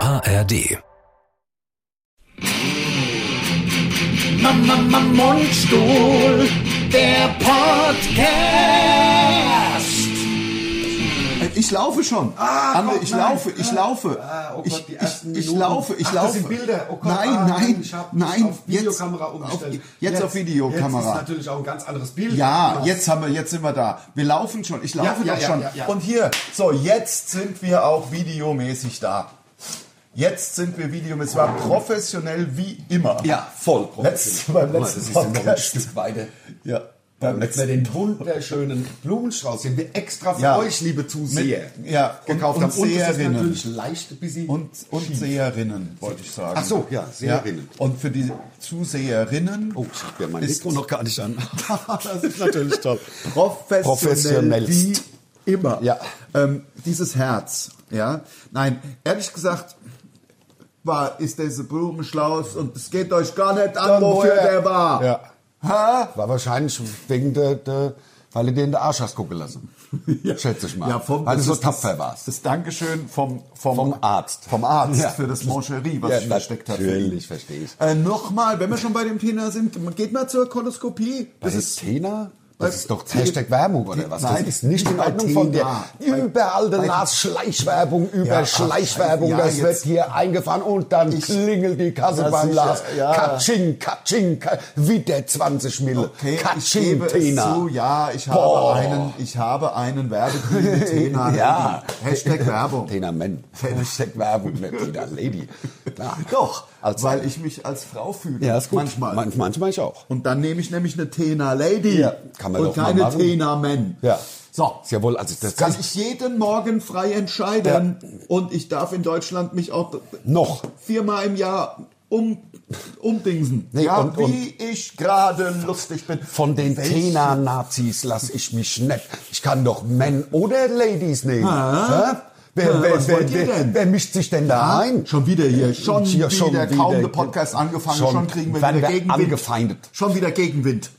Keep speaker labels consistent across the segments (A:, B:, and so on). A: ARD.
B: Mama, Mama, Mundstuhl, der Podcast.
C: Ich laufe schon.
D: Ah,
C: André,
D: Gott,
C: ich
D: nein.
C: laufe, ich
D: Ah,
C: laufe.
D: ah, oh Gott,
C: ich,
D: die ersten
C: ich, ich
D: Minuten.
C: laufe, ich
D: Ach, das
C: laufe.
D: sind Bilder. Oh Gott,
C: nein,
D: ah,
C: nein,
D: ich hab mich
C: nein.
D: auf Videokamera
C: jetzt,
D: umgestellt.
C: Auf, jetzt, auf Videokamera.
D: Jetzt ist natürlich auch ein ganz anderes Bild.
C: ja, jetzt haben wir, jetzt sind wir da. Wir laufen schon. Ich laufe
D: ja,
C: doch
D: ja,
C: schon.
D: ja, ja.
C: Und hier, so jetzt sind wir auch videomäßig da. Jetzt sind wir videomäßig. Es war professionell wie immer.
D: Ja,
C: voll Letzt, beim
D: Guck mal,
C: letzten
D: das ist ja noch ein
C: Podcast.
D: Stück weiter.
C: Ja, beim
D: Mit
C: letzten.
D: den wunderschönen Blumenstrauß, den wir extra für
C: Ja.
D: euch, liebe Zuseher,
C: Mit- ja, und-
D: gekauft
C: und
D: haben. Und es ist
C: Seherinnen.
D: natürlich leicht ein bisschen
C: Und, und Seherinnen, wollte ich sagen.
D: Ach so, ja, Seherinnen.
C: Ja. Und für die Zuseherinnen.
D: Oh, ich hab ja mein
C: ist-
D: Mikro noch gar nicht an.
C: das ist natürlich toll. Professionell,
D: Professionellst.
C: wie immer.
D: Ja.
C: Ähm, dieses Herz, ja. Nein, ehrlich gesagt, war, ist diese Blumenschlaus und es geht euch gar nicht an,
D: Dann
C: wofür
D: woher-
C: der war.
D: Ja.
C: Ha?
D: War wahrscheinlich wegen der, der weil du dir in den Arsch hast gucken lassen. Schätze ich mal.
C: Ja, vom,
D: weil du
C: das
D: so
C: ist das-
D: tapfer warst.
C: Das Dankeschön vom, vom,
D: Vom Arzt.
C: Vom Arzt
D: Ja.
C: für das Mancherie, was
D: Ja,
C: ich versteckt habe.
D: natürlich, verstehe ich.
C: Äh, Nochmal, wenn wir schon bei dem Thema sind, geht mal zur Koloskopie.
D: Bei
C: Das ist
D: Tena?
C: Bei-
D: Das ist doch Hashtag Werbung oder was?
C: Nein,
D: das ist nicht in
C: bei
D: Ordnung von dir.
C: Tena. Bei-
D: Überall
C: bei-
D: danach Schleichwerbung über
C: Ja, ach,
D: Schleichwerbung.
C: ja,
D: das
C: jetzt-
D: wird hier eingefahren und dann
C: Ich-
D: klingelt die Kasse
C: Ja,
D: beim
C: sicher,
D: Lars.
C: ja.
D: Katsching, katsching, ka- wieder 20 Mille.
C: Okay, ich
D: katsching,
C: gebe
D: Tena.
C: es zu, ja, ich habe
D: Boah.
C: einen, ich habe einen Werbedeal mit Tena.
D: Ja.
C: Hashtag Werbung.
D: Tena Men. Hashtag Werbung, nicht Tena Lady. Klar.
C: Doch,
D: Als-
C: weil ich mich als Frau fühle.
D: Ja, ist gut.
C: Manchmal.
D: Man- manchmal ich auch.
C: Und dann nehme ich nämlich eine Tena Lady
D: Ja, kann man
C: und
D: doch mal
C: keine
D: machen.
C: Tena Men.
D: Ja.
C: So.
D: Ist ja wohl, also das
C: Das kann ich jeden Morgen frei entscheiden und ich darf in Deutschland mich auch
D: Noch.
C: viermal im Jahr um, umdingsen.
D: Nee,
C: ja,
D: und-
C: wie
D: und-
C: ich gerade lustig bin.
D: Von den
C: Welche-
D: Tena-Nazis lasse ich mich nicht. Ich kann doch Men oder Ladies nehmen.
C: Ah.
D: Hä? Wer,
C: Ah, was
D: wer,
C: wollt
D: wer,
C: ihr denn?
D: wer, wer mischt sich denn da ein?
C: Schon wieder hier, schon
D: Hier
C: wieder,
D: schon
C: kaum
D: wieder.
C: der Podcast angefangen, schon,
D: Schon
C: kriegen wir
D: werden
C: wieder
D: wir
C: Gegenwind.
D: angefeindet.
C: Schon wieder Gegenwind.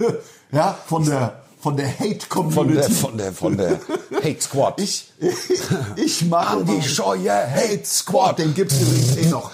C: ja, von der, von der
D: Von der,
C: Hate-Community.
D: von der, von der Hate Squad.
C: Ich, ich, ich mag
D: Andi Scheuer Hate Squad.
C: Den gibt's übrigens eh noch.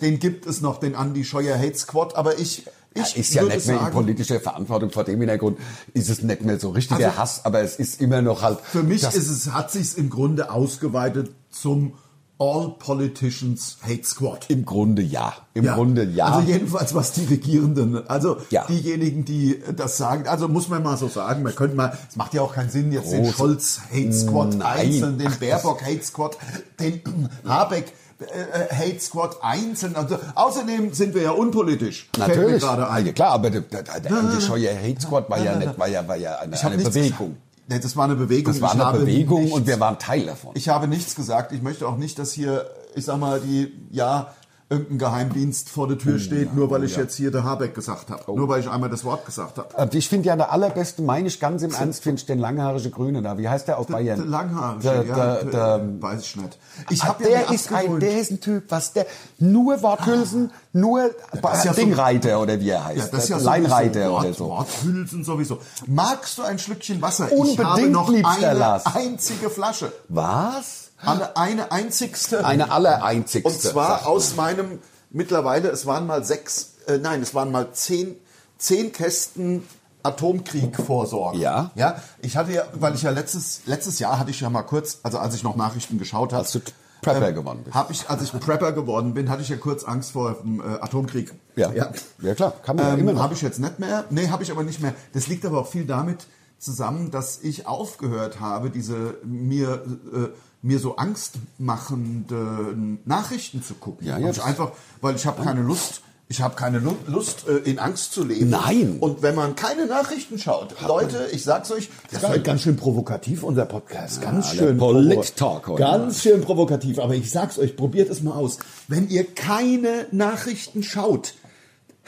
C: Den gibt es noch, den Andi Scheuer Hate Squad, aber ich, ich
D: ist ja
C: würde
D: nicht mehr in
C: sagen,
D: politischer Verantwortung. Vor dem Hintergrund ist es nicht mehr so richtiger
C: Also-
D: Hass, aber es ist immer noch halt.
C: Für mich
D: das-
C: ist es, hat sich's im Grunde ausgeweitet zum All Politicians Hate Squad.
D: im Grunde ja. Im Grunde ja.
C: Also jedenfalls was die Regierenden, also
D: Ja.
C: diejenigen, die das sagen, also muss man mal so sagen, man könnte mal, es macht ja auch keinen Sinn, jetzt den
D: Groß-
C: Scholz Hate Squad
D: Nein.
C: einzeln, den Baerbock Hate Squad, den Habeck äh, Hate Squad einzeln. Also, außerdem sind wir ja unpolitisch. Fällt mir
D: Natürlich.
C: gerade ein.
D: Ja, klar, aber der, der, der Andi Scheuer Hate Squad war ja, nicht, war ja, war ja eine,
C: Ich habe
D: eine
C: nichts
D: Bewegung.
C: gesagt. Nee, das war eine Bewegung.
D: Das war
C: Ich
D: eine
C: habe
D: Bewegung
C: nichts
D: und wir waren Teil davon.
C: Ich habe nichts gesagt. Ich möchte auch nicht, dass hier, ich sag mal, die, ja, irgendein Geheimdienst vor der Tür
D: Hm,
C: steht, nur weil ich jetzt hier der Habeck gesagt habe.
D: Oh.
C: Nur weil ich einmal das Wort gesagt habe.
D: Äh, Ich finde ja der allerbeste, meine ich ganz im Ernst, finde ich den langhaarige Grüne da. Wie heißt der aus
C: Der
D: Bayern?
C: Langhaarige,
D: Der,
C: ja,
D: der,
C: der-
D: der,
C: weiß ich nicht. Ich
D: Ah,
C: habe ja
D: der,
C: mir
D: ist ein,
C: abgeholt.
D: der ist ein Typ, was der nur Worthülsen, nur
C: das ist ja so-
D: Dingreiter oder wie er heißt.
C: ja, das ist ja
D: Leinreiter
C: sowieso.
D: oder so.
C: Worthülsen sowieso. Magst du ein Schlückchen Wasser? ich
D: Unbedingt,
C: habe noch
D: liebster
C: eine
D: Lars.
C: einzige Flasche.
D: Was?
C: Eine, eine einzigste.
D: Eine allereinzigste.
C: Und zwar
D: sagt
C: aus meinem mittlerweile, es waren mal sechs, äh, nein, es waren mal zehn, zehn Kästen Atomkriegvorsorge.
D: Ja.
C: Ja. Ich hatte ja, weil ich ja letztes, letztes Jahr hatte ich ja mal kurz, also als ich noch Nachrichten geschaut ähm, habe.
D: Als du Prepper geworden bist.
C: Habe ich, als ich Prepper geworden bin, hatte ich ja kurz Angst vor dem äh, Atomkrieg.
D: Ja. Ja, klar, kann man ja immer
C: ähm,
D: noch.
C: Habe ich jetzt nicht mehr. Nee, habe ich aber nicht mehr. Das liegt aber auch viel damit zusammen, dass ich aufgehört habe, diese mir, äh, mir so angstmachenden Nachrichten zu gucken.
D: Ja, ja,
C: Hab ich
D: das-
C: einfach, weil ich habe keine Lust. Ich habe keine Lu- Lust, äh, in Angst zu leben.
D: Nein.
C: Und wenn man keine Nachrichten schaut, Leute, ich sag's euch, das
E: Das war ganz schön provokativ, unser Podcast. Ganz
D: der
E: schön.
D: Polit-Talk
E: provo-
D: heute.
E: Ganz schön provokativ. Aber ich sag's euch, probiert es mal aus.
C: Wenn ihr keine Nachrichten schaut,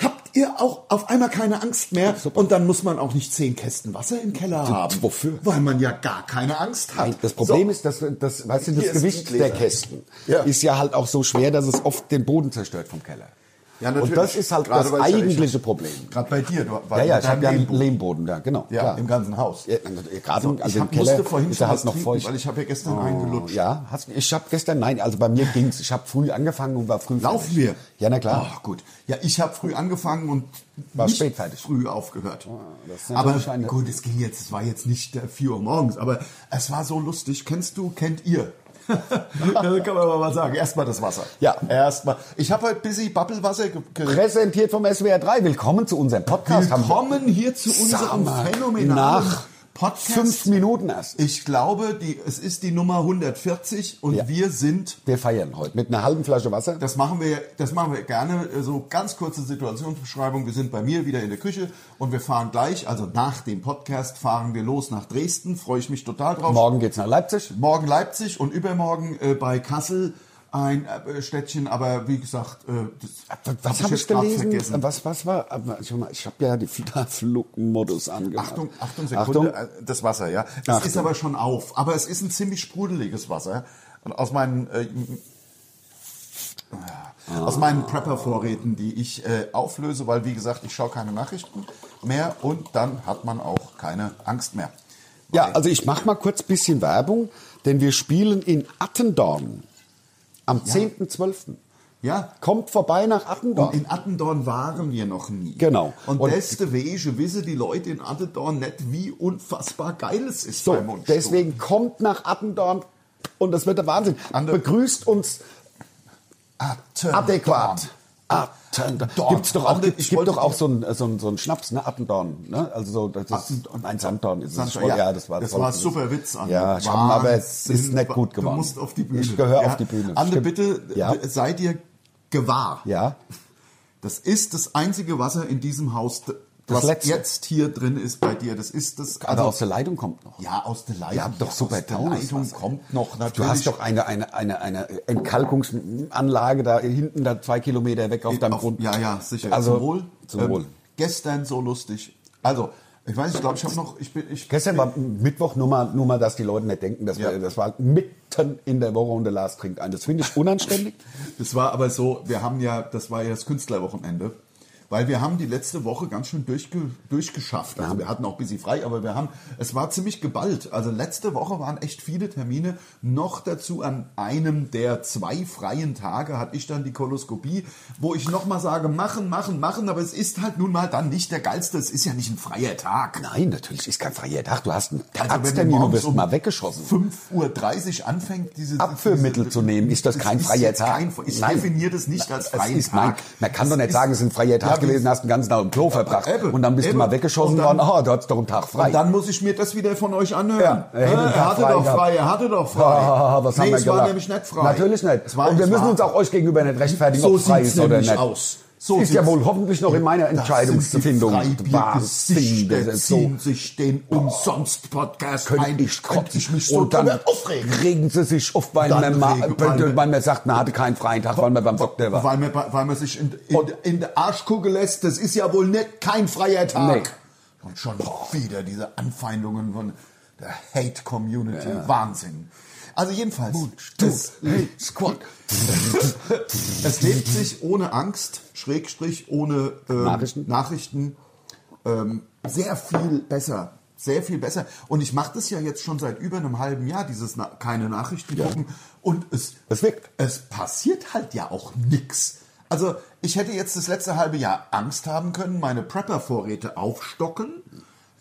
C: habt ihr auch auf einmal keine Angst mehr. Und dann muss man auch nicht zehn Kästen Wasser im Keller haben.
D: wofür?
C: Weil man ja gar keine Angst hat.
D: Nein, das Problem
C: So.
D: ist, dass das, weißt du,
C: Hier
D: das
C: ist
D: Gewicht
C: ein Gläser.
D: der Kästen
C: Ja.
D: ist ja halt auch so schwer, dass es oft den Boden zerstört vom Keller.
C: Ja, natürlich.
D: Und das ist halt
C: Gerade
D: das
C: weil es ja nicht-
D: eigentliche Problem.
C: Gerade bei dir, du
D: Ja, ja,
C: mit
D: ich habe
C: deinem
D: ja einen
C: Lehmboden.
D: Lehmboden da, genau.
C: Ja,
D: klar.
C: im ganzen Haus.
D: Ja, gerade
C: Also,
D: also
C: ich
D: im
C: hab,
D: Keller
C: musste vorhin
D: ist er
C: schon
D: halt
C: was
D: noch
C: trinken,
D: feucht. Oh,
C: weil ich habe ja gestern reingelutscht.
D: Ja, hast, ich habe gestern, nein, also bei mir ging's. Ich habe früh angefangen und war früh
C: Laufen
D: fertig.
C: wir.
D: Ja, na klar.
C: Ach, gut. Ja, ich habe früh angefangen und
D: War
C: nicht
D: spät fertig.
C: früh aufgehört.
D: das ist
C: aber
D: natürlich eine-
C: gut, es ging jetzt, es war jetzt nicht äh, 4 Uhr morgens, aber es war so lustig. Kennst du, kennt ihr? da kann man aber mal sagen. Erstmal das Wasser.
D: Ja.
C: Erstmal. Ich habe heute busy Bubblewasser ge ge
D: Präsentiert vom SWR 3. Willkommen zu unserem Podcast.
C: Willkommen hier zu unserem
D: Sag mal,
C: phänomenalen
D: nach
C: Podcast.
D: Fünf Minuten erst.
C: Ich glaube, die, es ist die Nummer 140 und
D: Ja.
C: wir sind
D: Wir feiern heute mit einer halben Flasche Wasser.
C: Das machen wir, das machen wir gerne. äh, So ganz kurze Situationsbeschreibung. Wir sind bei mir wieder in der Küche und wir fahren gleich, also nach dem Podcast fahren wir los nach Dresden. Freue ich mich total drauf.
D: Morgen geht's nach Leipzig.
C: Morgen Leipzig und übermorgen äh, bei Kassel ein äh, Städtchen. Aber wie gesagt, äh, das hab
D: Was habe ich
C: jetzt grad
D: gelesen?
C: vergessen.
D: Was, was war? aber Ich, ich habe ja die Flugmodus angemacht.
C: Achtung, Achtung, Sekunde, äh, das Wasser, ja. Das
D: Achtung.
C: ist aber schon auf. Aber es ist ein ziemlich sprudeliges Wasser. Und aus meinen, äh, aus
D: Ah.
C: meinen Prepper-Vorräten, die ich äh, auflöse, weil, wie gesagt, ich schaue keine Nachrichten mehr und dann hat man auch keine Angst mehr.
D: Ja, also ich mache mal kurz bisschen Werbung, denn wir spielen in Attendorn am 10.12.
C: Ja.
D: Kommt vorbei nach
C: Und
D: Attendorn.
C: in Attendorn waren wir noch nie.
D: Genau.
C: Und,
D: Und-
C: deswegen wissen die Leute in Attendorn nicht, wie unfassbar geil es ist
D: so,
C: beim Mundstuhl.
D: deswegen kommt nach Attendorn und das wird der Wahnsinn.
C: Ander-
D: Begrüßt uns
C: Attendorn.
D: adäquat. Attendorn.
C: Attendorn.
D: Gibt's doch auch,
C: Ander-
D: gibt,
C: ich
D: gibt
C: wollte-
D: doch auch so einen äh, so einen- so einen Schnaps, ne? Attendorn, ne? Also so das ist
C: Attendorn.
D: ein Sanddorn ist es.
C: Sanddorn,
D: Ich wollte-
C: ja.
D: das war
C: Das
D: voll-
C: war ein super Witz, Ander.
D: Ja, ich hab, aber es ist
C: Wahnsinn.
D: nicht gut
C: Du
D: geworden.
C: musst auf die Bühne.
D: Ich gehöre
C: Ja.
D: auf die Bühne.
C: Ander,
D: Stimmt.
C: bitte
D: Ja.
C: äh, sei dir gewahr.
D: Ja.
C: Das ist das einzige Wasser in diesem Haus, d- was
D: letzte.
C: jetzt hier drin ist bei dir. Das ist das.
D: Also aus der Leitung kommt noch.
C: ja, aus der Leitung.
D: Ihr habt doch
C: ja,
D: super
C: aus der
D: Taunus.
C: Leitung kommt noch natürlich.
D: Du hast doch eine, eine, eine, eine Entkalkungsanlage da hinten, da zwei Kilometer weg auf deinem Grund.
C: Äh, Ja, ja, sicher.
D: Also,
C: zum Wohl. Ähm,
D: Zum Wohl.
C: gestern so lustig. Also, ich weiß, ich glaube, ich habe noch. Ich bin, ich,
D: Gestern war Mittwoch, nur mal, nur mal, dass die Leute nicht denken, dass
C: Ja.
D: wir, das war mitten in der Woche und der Lars trinkt ein. Das finde ich unanständig.
C: Das war aber so, wir haben ja, das war ja das Künstlerwochenende, weil wir haben die letzte Woche ganz schön durchge, durchgeschafft. Also wir hatten auch ein bisschen frei, aber wir haben, es war ziemlich geballt. Also letzte Woche waren echt viele Termine. Noch dazu an einem der zwei freien Tage hatte ich dann die Koloskopie, wo ich nochmal sage, machen, machen, machen, aber es ist halt nun mal dann nicht der geilste, es ist ja nicht ein freier Tag.
D: Nein, natürlich ist kein freier Tag. Du hast einen
C: Also wenn du
D: Arzttermin und
C: morgens
D: wirst
C: um
D: mal weggeschossen.
C: 5.30 Uhr anfängt, diese
D: Abführmittel
C: diese-
D: zu nehmen, ist das
C: Es
D: kein
C: ist
D: freier
C: jetzt
D: Tag.
C: kein- ich
D: Nein.
C: definiere das nicht als
D: Es
C: freien
D: ist,
C: Tag.
D: nein, man kann
C: Es
D: doch nicht
C: ist-
D: sagen, es ist ein freier Tag
C: Ja,
D: gewesen, hast den ganzen Tag im Klo verbracht
C: eben,
D: und dann bist
C: eben.
D: du mal weggeschossen
C: Und dann-
D: worden. Oh, du hattest doch einen Tag frei.
C: Und dann muss ich mir das wieder von euch anhören.
D: Ja, er
C: Äh,
D: hätte einen
C: er
D: Tag
C: hatte
D: frei
C: doch
D: gehabt.
C: frei, er hatte doch frei.
D: Ah, was haben wir
C: es war
D: gelacht?
C: nämlich nicht frei.
D: Natürlich nicht.
C: Es war,
D: und wir
C: es
D: müssen
C: war,
D: uns auch euch gegenüber nicht rechtfertigen,
C: So
D: ob es frei
C: sieht's
D: ist oder
C: nämlich
D: nicht.
C: aus. So
D: ist ja
C: sieht's-
D: wohl hoffentlich noch in meiner
C: Das
D: Entscheidungsfindung.
C: sind die
D: Wahnsinn,
C: Wahnsinn,
D: das ist so.
C: ziehen sich den Umsonst-Podcast
D: Könnte
C: ein.
D: ich
C: Könnte
D: kotzen.
C: ich mich so
D: und dann
C: drüber aufregen.
D: regen sie sich oft, weil
C: Dann
D: man, mal,
C: regen- weil-
D: weil man sagt, man hatte keinen freien Tag, weil man beim Doktor war.
C: Weil man, weil man sich in, in, in den Arsch gucken lässt, das ist ja wohl nicht kein freier Tag. Und schon wieder diese Anfeindungen von der Hate Community. Wahnsinn. Also jedenfalls, es, es lebt sich ohne Angst, Schrägstrich ohne ähm,
D: Nachrichten?
C: Nachrichten ähm, sehr viel besser. Sehr viel besser. Und ich mache das ja jetzt schon seit über einem halben Jahr, dieses Na keine Nachrichten gucken. Und es,
D: Es wirkt.
C: es passiert halt ja auch nix. Also ich hätte jetzt das letzte halbe Jahr Angst haben können, meine Prepper-Vorräte aufstocken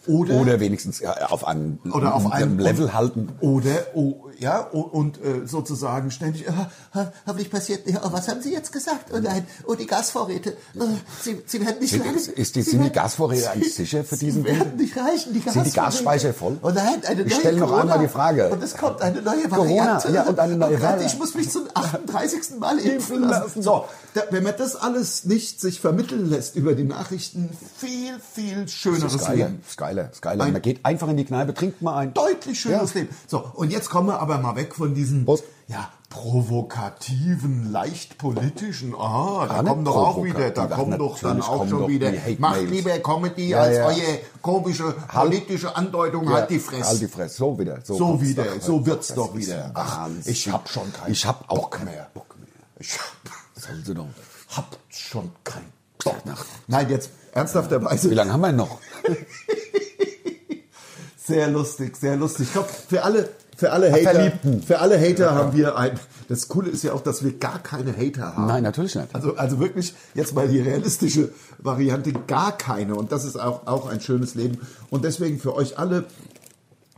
C: oder,
D: Oder wenigstens ja, auf einem,
C: oder auf einem
D: Level halten.
C: Oder, oh, ja, oh, und äh, sozusagen ständig, ah, ah, hoffentlich passiert, ja, was haben Sie jetzt gesagt? Oh nein, oh, die Gasvorräte, oh, Sie, Sie werden nicht
D: Sind- ist die- sind die Gasvorräte eigentlich sicher für diesen
C: Sie werden nicht reichen, die
D: Sind die
C: Gasvorräte.
D: Gasspeicher voll?
C: Oh nein, eine
D: Ich
C: neue
D: stelle noch
C: Corona.
D: einmal die Frage.
C: Und es kommt eine neue
D: Corona,
C: Variante.
D: ja, und eine neue
C: oh Gott,
D: Variante.
C: Ich muss mich zum 38. Mal impfen lassen.
D: lassen.
C: So, da, wenn man das alles nicht sich vermitteln lässt über die Nachrichten, viel, viel
D: Das ist
C: schöneres
D: geiler,
C: Leben.
D: das ist geiler, das ist geiler.
C: Ein-
D: Man geht einfach in die Kneipe, trinkt mal ein.
C: deutlich schöneres
D: Ja.
C: Leben. So, und jetzt kommen wir aber mal weg von diesen
D: Prost.
C: ja, provokativen, leicht politischen. Ah, da
D: Gar nicht
C: kommen doch auch
D: provokativ.
C: wieder, da
D: Ach,
C: kommen doch dann
D: natürlich
C: auch
D: kommen
C: schon
D: doch
C: wieder.
D: die Hate-Mails.
C: Macht lieber Comedy
D: Ja,
C: als
D: ja.
C: eure komische politische Andeutung, halt die Fresse.
D: Halt die Fresse, so wieder.
C: so
D: kommt's
C: wieder,
D: doch.
C: so wird's
D: Das
C: doch
D: ist
C: wieder.
D: Wahnsinn.
C: ich hab schon keinen
D: Ich hab auch
C: Bock
D: keinen
C: mehr.
D: Bock mehr.
C: Ich hab
D: Sollen sie doch.
C: hab schon keinen Bock. Nein, jetzt ernsthafterweise.
D: Wie lange haben wir noch?
C: Sehr lustig, sehr lustig. Ich glaube, für alle, für alle Hater,
D: Verliebten.
C: für alle Hater haben wir ein. Das Coole ist ja auch, dass wir gar keine Hater haben.
D: Nein, natürlich nicht.
C: Also, also wirklich jetzt mal die realistische Variante, gar keine. Und das ist auch, auch ein schönes Leben. Und deswegen für euch alle,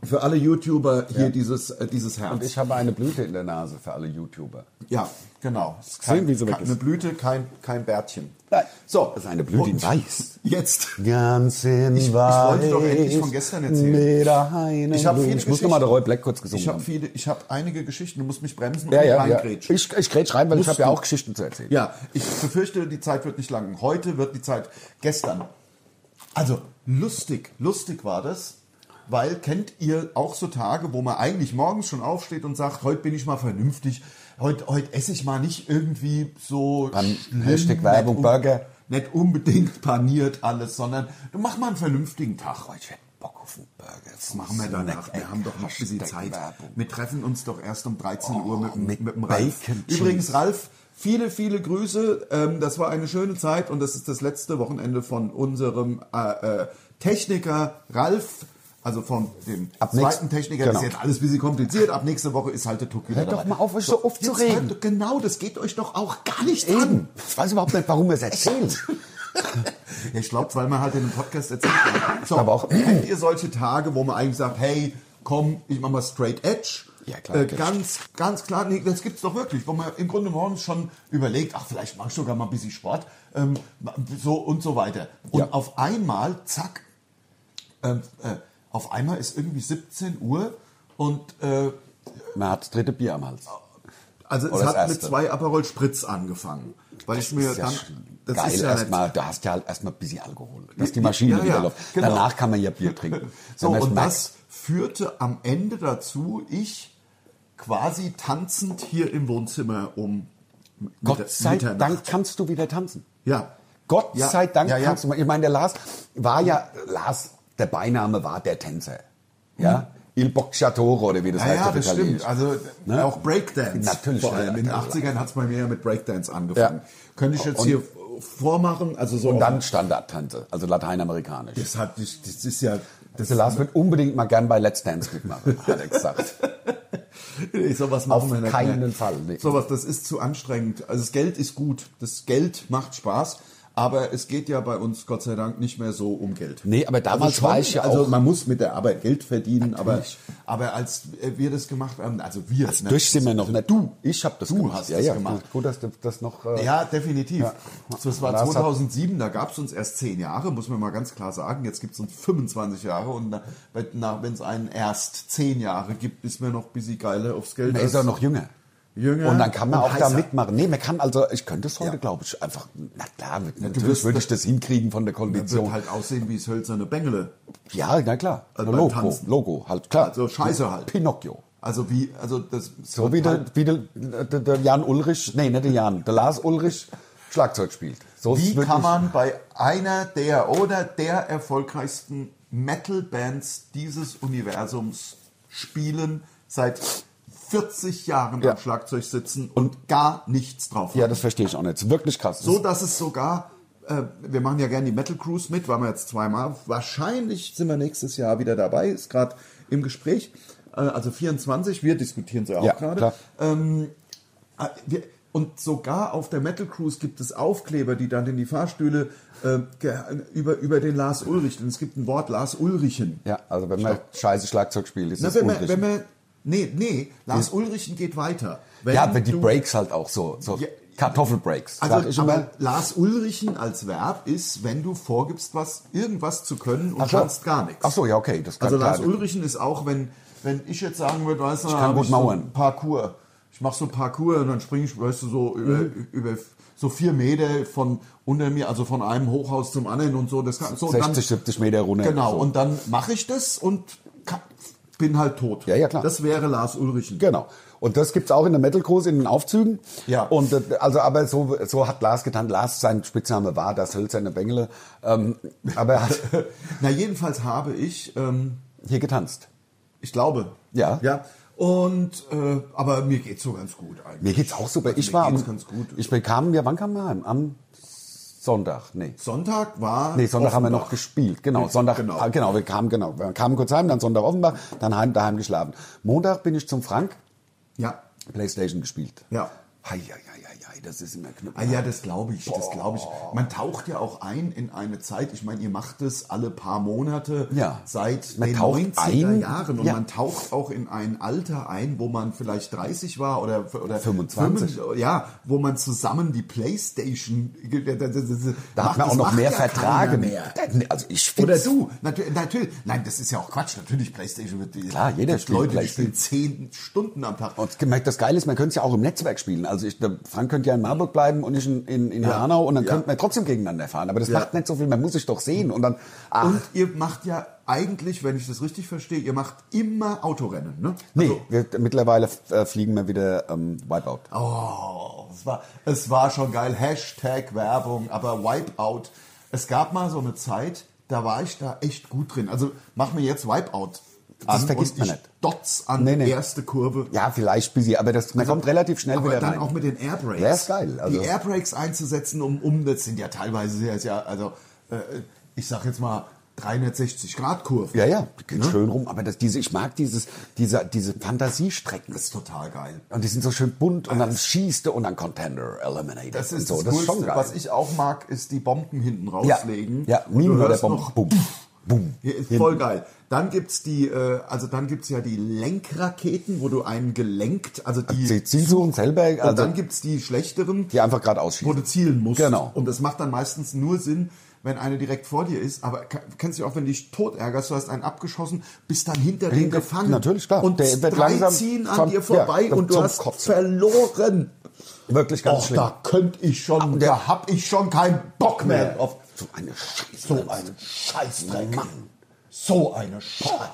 C: für alle YouTuber hier dieses, äh, dieses
D: Und
C: Herz.
D: ich habe eine Blüte in der Nase für alle YouTuber.
C: ja, genau. Es ist
D: Sehen, wie sie weg
C: keine
D: ist.
C: Blüte, kein, kein Bärtchen.
D: Nein.
C: So.
D: Das ist eine Blüte in
C: Und
D: Weiß.
C: Jetzt.
D: Ganz in
C: Ich- ich wollte doch endlich von gestern erzählen.
D: Mit einer
C: Ich hab
D: Blume.
C: viele
D: ich muss nochmal
C: Geschichten.
D: der Roy Black kurz gesungen
C: Ich habe
D: haben.
C: viele, ich habe einige Geschichten. Du musst mich bremsen
D: Ja,
C: und
D: ja, ja.
C: reingrätschen.
D: Ich, ich grätsch rein, weil ich
C: Musst
D: habe ja
C: du.
D: auch Geschichten zu erzählen.
C: Ja, ich befürchte, die Zeit wird nicht lang. Heute wird die Zeit gestern. Also lustig, lustig war das, weil kennt ihr auch so Tage, wo man eigentlich morgens schon aufsteht und sagt, heute bin ich mal vernünftig, heute, heute esse ich mal nicht irgendwie so
D: Dann
C: schlimm,
D: Hashtag
C: nicht
D: Werbung
C: un-
D: Burger.
C: Nicht unbedingt paniert alles, sondern du mach mal einen vernünftigen Tag. Heute hätte Bock auf einen Burger. Das machen wir danach. Wir haben doch noch ein bisschen
D: Hashtag
C: Zeit.
D: Werbung.
C: Wir treffen uns doch erst um 13 Uhr mit, dem-
D: mit
C: mit dem Ralf.
D: Bacon Cheese.
C: Übrigens, Ralf, viele, viele Grüße. Ähm, das war eine schöne Zeit und das ist das letzte Wochenende von unserem äh, äh, Techniker Ralf. Also von dem
D: Ab nächst-
C: zweiten Techniker
D: genau.
C: ist jetzt alles ein bisschen kompliziert. Ab nächste Woche ist halt der Tuck wieder
D: Hört doch
C: dabei.
D: mal auf, euch so
C: jetzt
D: aufzuregen.
C: hört- Genau, das geht euch doch auch gar nicht an.
D: Eben. Ich weiß überhaupt nicht, warum wir es erzählen.
C: Ja, ich glaube, weil man halt in einem Podcast erzählt hat. So,
D: Aber auch-
C: kennt ihr solche Tage, wo man eigentlich sagt, hey, komm, ich mach mal straight edge?
D: Ja, klar,
C: Äh,
D: gibt's.
C: ganz, ganz klar, nee, das gibt's doch wirklich, wo man im Grunde morgens schon überlegt, ach, vielleicht mach ich sogar mal ein bisschen Sport, ähm, so und so weiter. Und
D: Ja.
C: auf einmal, zack, ähm, äh, auf einmal ist irgendwie 17 Uhr und äh,
D: Man hat das dritte Bier am Hals.
C: also es
D: Oder Oh, das
C: hat mit
D: erste.
C: zwei Aperol Spritz angefangen, weil ich mir
D: Das ist ja
C: dann
D: das geil,
C: ist ja nicht-
D: erstmal, da hast du halt erstmal ein bisschen Alkohol, dass die Maschine
C: Ja, ja,
D: wieder läuft.
C: genau.
D: Danach kann man ja Bier trinken.
C: So,
D: Wenn man es
C: und
D: merkt.
C: das führte am Ende dazu, ich quasi tanzend hier im Wohnzimmer um
D: Gott
C: Mitter-
D: sei
C: Mitternacht.
D: Dank kannst du wieder tanzen.
C: Ja.
D: Gott
C: Ja,
D: sei Dank
C: ja, ja.
D: kannst du mal. Ich meine, der Lars war ja, Lars, der Beiname war der Tänzer. Ja? Il Bocciatore oder wie das
C: Mhm. Ja,
D: heißt
C: ja,
D: auf
C: das
D: Italienisch.
C: stimmt. Also
D: Ne?
C: auch Breakdance.
D: Natürlich,
C: Vor allem in den
D: ja.
C: 80ern hat es bei mir ja mit Breakdance angefangen.
D: Ja.
C: Könnte ich jetzt
D: Und-
C: hier vormachen, also so.
D: Und dann Standardtänze, also lateinamerikanisch.
C: das, hat, das das ist ja. Das,
D: der Lars wird unbedingt mal gern bei Let's Dance mitmachen, hat er gesagt.
C: ich sowas machen
D: Auf
C: wir nicht
D: keinen
C: mehr.
D: Fall, nee.
C: Sowas, das ist zu anstrengend. Also das Geld ist gut. Das Geld macht Spaß. Aber es geht ja bei uns Gott sei Dank nicht mehr so um Geld.
D: Nee, aber damals war ich ja
C: also
D: auch-
C: man muss mit der Arbeit Geld verdienen, aber, aber als wir das gemacht haben, also wir, ne?
D: Durch sind wir noch nicht. Du, ich habe das
C: Du
D: gemacht.
C: hast das gemacht.
D: Gut, gut, dass du das noch. äh,
C: Ja, definitiv. Das war
D: Lars hat-
C: 2007, da gab es uns erst zehn Jahre, muss man mal ganz klar sagen. Jetzt gibt es uns 25 Jahre und wenn es einen erst zehn Jahre gibt, ist mir noch ein bisschen geiler aufs Geld.
D: Man ist
C: als-
D: auch noch jünger.
C: Jünger
D: Und dann kann man
C: und
D: auch da
C: heißer.
D: mitmachen. Nee, man kann also, ich könnte es heute,
C: Ja.
D: glaube ich, einfach, na klar, natürlich
C: wirst-
D: würde ich das hinkriegen von der Kondition.
C: wird halt aussehen wie das hölzerne Bengele.
D: ja, na klar.
C: Also beim
D: Logo,
C: Tanzen.
D: Logo, halt klar.
C: Also Scheiße halt.
D: Pinocchio.
C: Also wie, also das halt
D: So wie, der, wie der, der, der Jan Ulrich, nee, nicht der Jan, der Lars Ulrich Schlagzeug spielt. So ist es
C: Wie
D: wirklich-
C: kann man bei einer der oder der erfolgreichsten Metal-Bands dieses Universums spielen, seit 40 Jahren
D: Ja.
C: am Schlagzeug sitzen und gar nichts drauf
D: Ja,
C: haben?
D: das verstehe ich auch nicht. Wirklich krass.
C: So, dass es sogar, äh, wir machen ja gerne die Metal Cruise mit, waren wir jetzt zweimal. Wahrscheinlich sind wir nächstes Jahr wieder dabei, ist gerade im Gespräch. Äh, also 24, wir diskutieren sie auch
D: Ja,
C: gerade.
D: klar.
C: Ähm, äh, wir- und sogar auf der Metal Cruise gibt es Aufkleber, die dann in die Fahrstühle äh, ge- über, über den Lars Ulrich, denn es gibt ein Wort Lars Ulrichen.
D: ja, also wenn man scheiße Schlagzeug spielt, ist
C: Na,
D: es
C: wenn, man,
D: Ulrich.
C: wenn man, nee, nee, Lars Ulrichen geht weiter.
D: ja, wenn die
C: Also du-
D: Breaks halt auch so, so
C: Ja.
D: Kartoffelbreaks. sag ich
C: Also
D: immer.
C: aber Lars Ulrichen als Verb ist, wenn du vorgibst, was irgendwas zu können und
D: so.
C: kannst gar nichts.
D: Ach so, ja, okay, das kann
C: Also
D: klar-
C: Lars Ulrichen ist auch, wenn wenn ich jetzt sagen würde, weißt du, ich
D: kann gut
C: ich so
D: mauern.
C: ein Parkour. Ich mache so Parkour und dann springe ich, weißt du, so über,
D: Mhm.
C: über so vier Meter von unter mir, also von einem Hochhaus zum anderen und so. Das kann, so
D: 60, 70 Meter runter.
C: dann, genau.
D: So.
C: Und dann mache ich das und ka- bin halt tot.
D: Ja, ja, klar.
C: Das wäre Lars Ulrichen.
D: Genau. Und das gibt's auch in der Metal Cruise in den Aufzügen.
C: Ja.
D: Und äh, also aber so so hat Lars getan. Lars sein Spitzname war das hölzerne Bengele. Ähm, aber er hat
C: Na jedenfalls habe ich ähm,
D: hier getanzt.
C: Ich glaube.
D: Ja.
C: Ja. Und äh, aber mir geht's so ganz gut eigentlich.
D: Mir geht's auch super. Ich
C: Mir
D: war
C: geht's
D: am,
C: ganz gut.
D: Ich bekam, ja, wann kamen wir heim? Am Sonntag, nee.
C: Sonntag war.
D: Nee, Sonntag haben wir
C: Offenbach.
D: noch gespielt. Genau, Sonntag, genau. Ah, genau, wir kamen, genau. Wir kamen kurz heim, dann Sonntag Offenbach, dann heim, daheim geschlafen. Montag bin ich zum Frank,
C: Ja.
D: Playstation gespielt.
C: Ja.
D: Hei, hei, hei, hei, hei, das ist immer knapp.
C: Ah ja, das glaube ich, das glaube ich. Man taucht ja auch ein in eine Zeit, ich meine, ihr macht es alle paar Monate
D: Ja.
C: seit
D: Man
C: den
D: taucht
C: 90er
D: ein.
C: Jahren und
D: Ja.
C: man taucht auch in ein Alter ein, wo man vielleicht 30 war oder, oder
D: 25.
C: fünfund- ja, wo man zusammen die Playstation
D: Da hat
C: macht
D: man auch
C: das
D: noch
C: macht
D: mehr
C: ja
D: Verträge.
C: keiner mehr.
D: Nee, Also ich
C: Oder
D: find's-
C: du, natürlich, natürlich, nein, das ist ja auch Quatsch, natürlich Playstation wird
D: Klar, jeder
C: gibt
D: spielt
C: Leute, die
D: Playstation.
C: spielen 10 Stunden am Tag.
D: Und gemerkt, das Geile ist, man könnte es ja auch im Netzwerk spielen. Also ich, der Frank könnte ja in Marburg bleiben und ich in, in, in Hanau und dann
C: Ja.
D: könnte man trotzdem gegeneinander fahren. Aber das
C: Ja.
D: macht nicht so viel, man muss sich doch sehen. Und dann, also ach,
C: Und ihr macht ja eigentlich, wenn ich das richtig verstehe, ihr macht immer Autorennen, ne?
D: nee,
C: Also,
D: wir, mittlerweile äh, fliegen wir wieder ähm, Wipeout.
C: oh, es war, es war schon geil. Hashtag Werbung, aber Wipeout. Es gab mal so eine Zeit, da war ich da echt gut drin. Also mach mir jetzt Wipeout
D: Das vergisst
C: und
D: man
C: ich
D: nicht.
C: Dots an
D: Nee, nee.
C: erste Kurve.
D: Ja, vielleicht busy, aber das, man kommt relativ schnell
C: Aber
D: wieder
C: dann
D: rein.
C: auch mit den Airbrakes.
D: Ja, ist geil, also.
C: Die Airbrakes einzusetzen, um, um das sind ja teilweise sehr, sehr, also äh, ich sag jetzt mal 360 Grad Kurven.
D: ja, ja, geht schön rum. Aber das, diese, ich mag dieses, diese, diese Fantasiestrecken.
C: Das ist total geil.
D: Und die sind so schön bunt und dann schießt du und dann Contender, Eliminator.
C: Das
D: und
C: ist
D: so.
C: das,
D: das ist schon
C: Coolste.
D: geil.
C: was ich auch mag, ist die Bomben hinten
D: ja,
C: rauslegen.
D: ja,
C: und
D: Minen
C: du
D: oder
C: hörst
D: Bomben.
C: noch,
D: Bumm, bumm.
C: hier ist voll geil. Dann gibt's die, äh, also dann gibt's ja die Lenkraketen, wo du einen gelenkt, also die,
D: Sie, sie suchen selber,
C: und
D: also,
C: dann gibt's die schlechteren,
D: die einfach gerade ausschießen.
C: wo du zielen musst.
D: Genau.
C: Und das macht dann meistens nur Sinn, wenn eine direkt vor dir ist. Aber ka- kennst du auch, wenn du dich tot ärgerst, du hast einen abgeschossen, bist dann hinter dem
D: Hinter-
C: gefangen.
D: natürlich, klar.
C: Und
D: Der wird
C: drei
D: langsam
C: ziehen an
D: zum-
C: dir vorbei
D: ja,
C: und du
D: zum
C: hast
D: Kotzen.
C: verloren.
D: Wirklich ganz
C: Och,
D: schlimm.
C: Oh, da könnte ich schon, da hab ich schon keinen Bock mehr drauf.
D: So eine Scheiße.
C: So ein Scheißdreck.
D: Mann.
C: So eine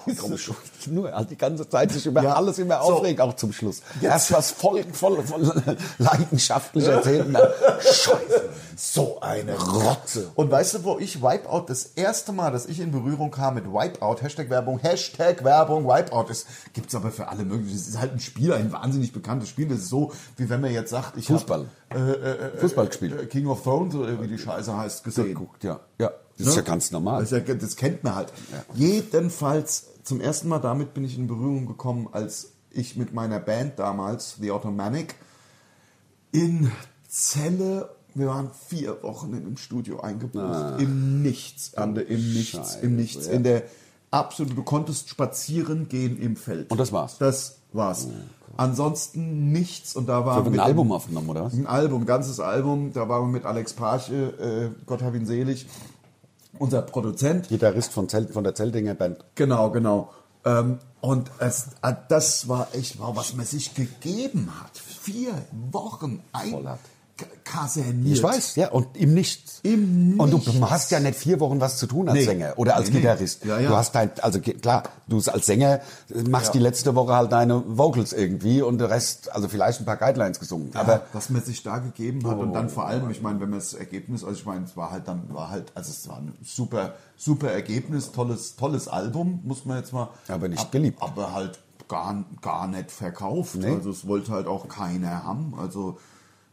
D: Komm
C: Scheiße.
D: schon, nur also die ganze Zeit sich über
C: Ja.
D: alles immer
C: So.
D: aufregt, auch zum Schluss. Erst was voll, voll, voll leidenschaftlich erzählt und dann Scheiße.
C: So eine
D: Rotze.
C: Und weißt du, wo ich Wipeout, das erste Mal, dass ich in Berührung kam mit Wipeout, Hashtag Werbung, Hashtag Werbung, Wipeout, das gibt's aber für alle möglichen. Das ist halt ein Spiel, ein wahnsinnig bekanntes Spiel. Das ist so, wie wenn man jetzt sagt, ich
D: Fußball.
C: Hab, äh, äh, äh,
D: Fußball gespielt.
C: äh, King of Thrones oder wie die Scheiße heißt, gesehen.
D: Guckt, ja. Ja, das ist ja
C: Ne?
D: ganz normal.
C: Das, ist ja, das kennt man halt. Jedenfalls, zum ersten Mal damit bin ich in Berührung gekommen, als ich mit meiner Band damals, The Automatic, in Celle, wir waren vier Wochen in einem Studio eingebucht,
D: Ah.
C: im Nichts, Ande, im Nichts,
D: Scheiße,
C: im Nichts, in der absoluten, du konntest spazieren gehen im Feld.
D: Und das war's?
C: Das war's. Ansonsten nichts und da war
D: Haben wir ein
C: mit dem-
D: Album aufgenommen, oder was?
C: ein Album, ganzes Album. Da waren wir mit Alex Parche, äh, Gott hab ihn selig, unser Produzent.
D: Gitarrist von, Zelt, von der Zeltinger Band.
C: Genau, genau. Ähm, und es, äh, das war echt, wow, was man sich gegeben hat. Vier Wochen ein
D: Vollert.
C: K- kaserniert.
D: Ich weiß, ja, und im Nichts.
C: Im
D: Und
C: Nichts.
D: du hast ja nicht vier Wochen was zu tun als
C: Nee.
D: Sänger oder als
C: Nee, nee.
D: Gitarrist.
C: Ja, ja.
D: Du hast dein, also ge- klar, du als Sänger äh, machst die letzte Woche halt deine Vocals irgendwie und der Rest, also vielleicht ein paar Guidelines gesungen.
C: Aber
D: Aber Oh.
C: was man sich da gegeben hat und dann vor allem, ich meine, wenn man das Ergebnis, also ich meine, es war halt dann, war halt, also es war ein super, super Ergebnis, tolles, tolles Album, muss man jetzt mal.
D: Aber nicht beliebt.
C: Aber halt gar, gar nicht verkauft. Also es wollte halt auch keiner haben. Also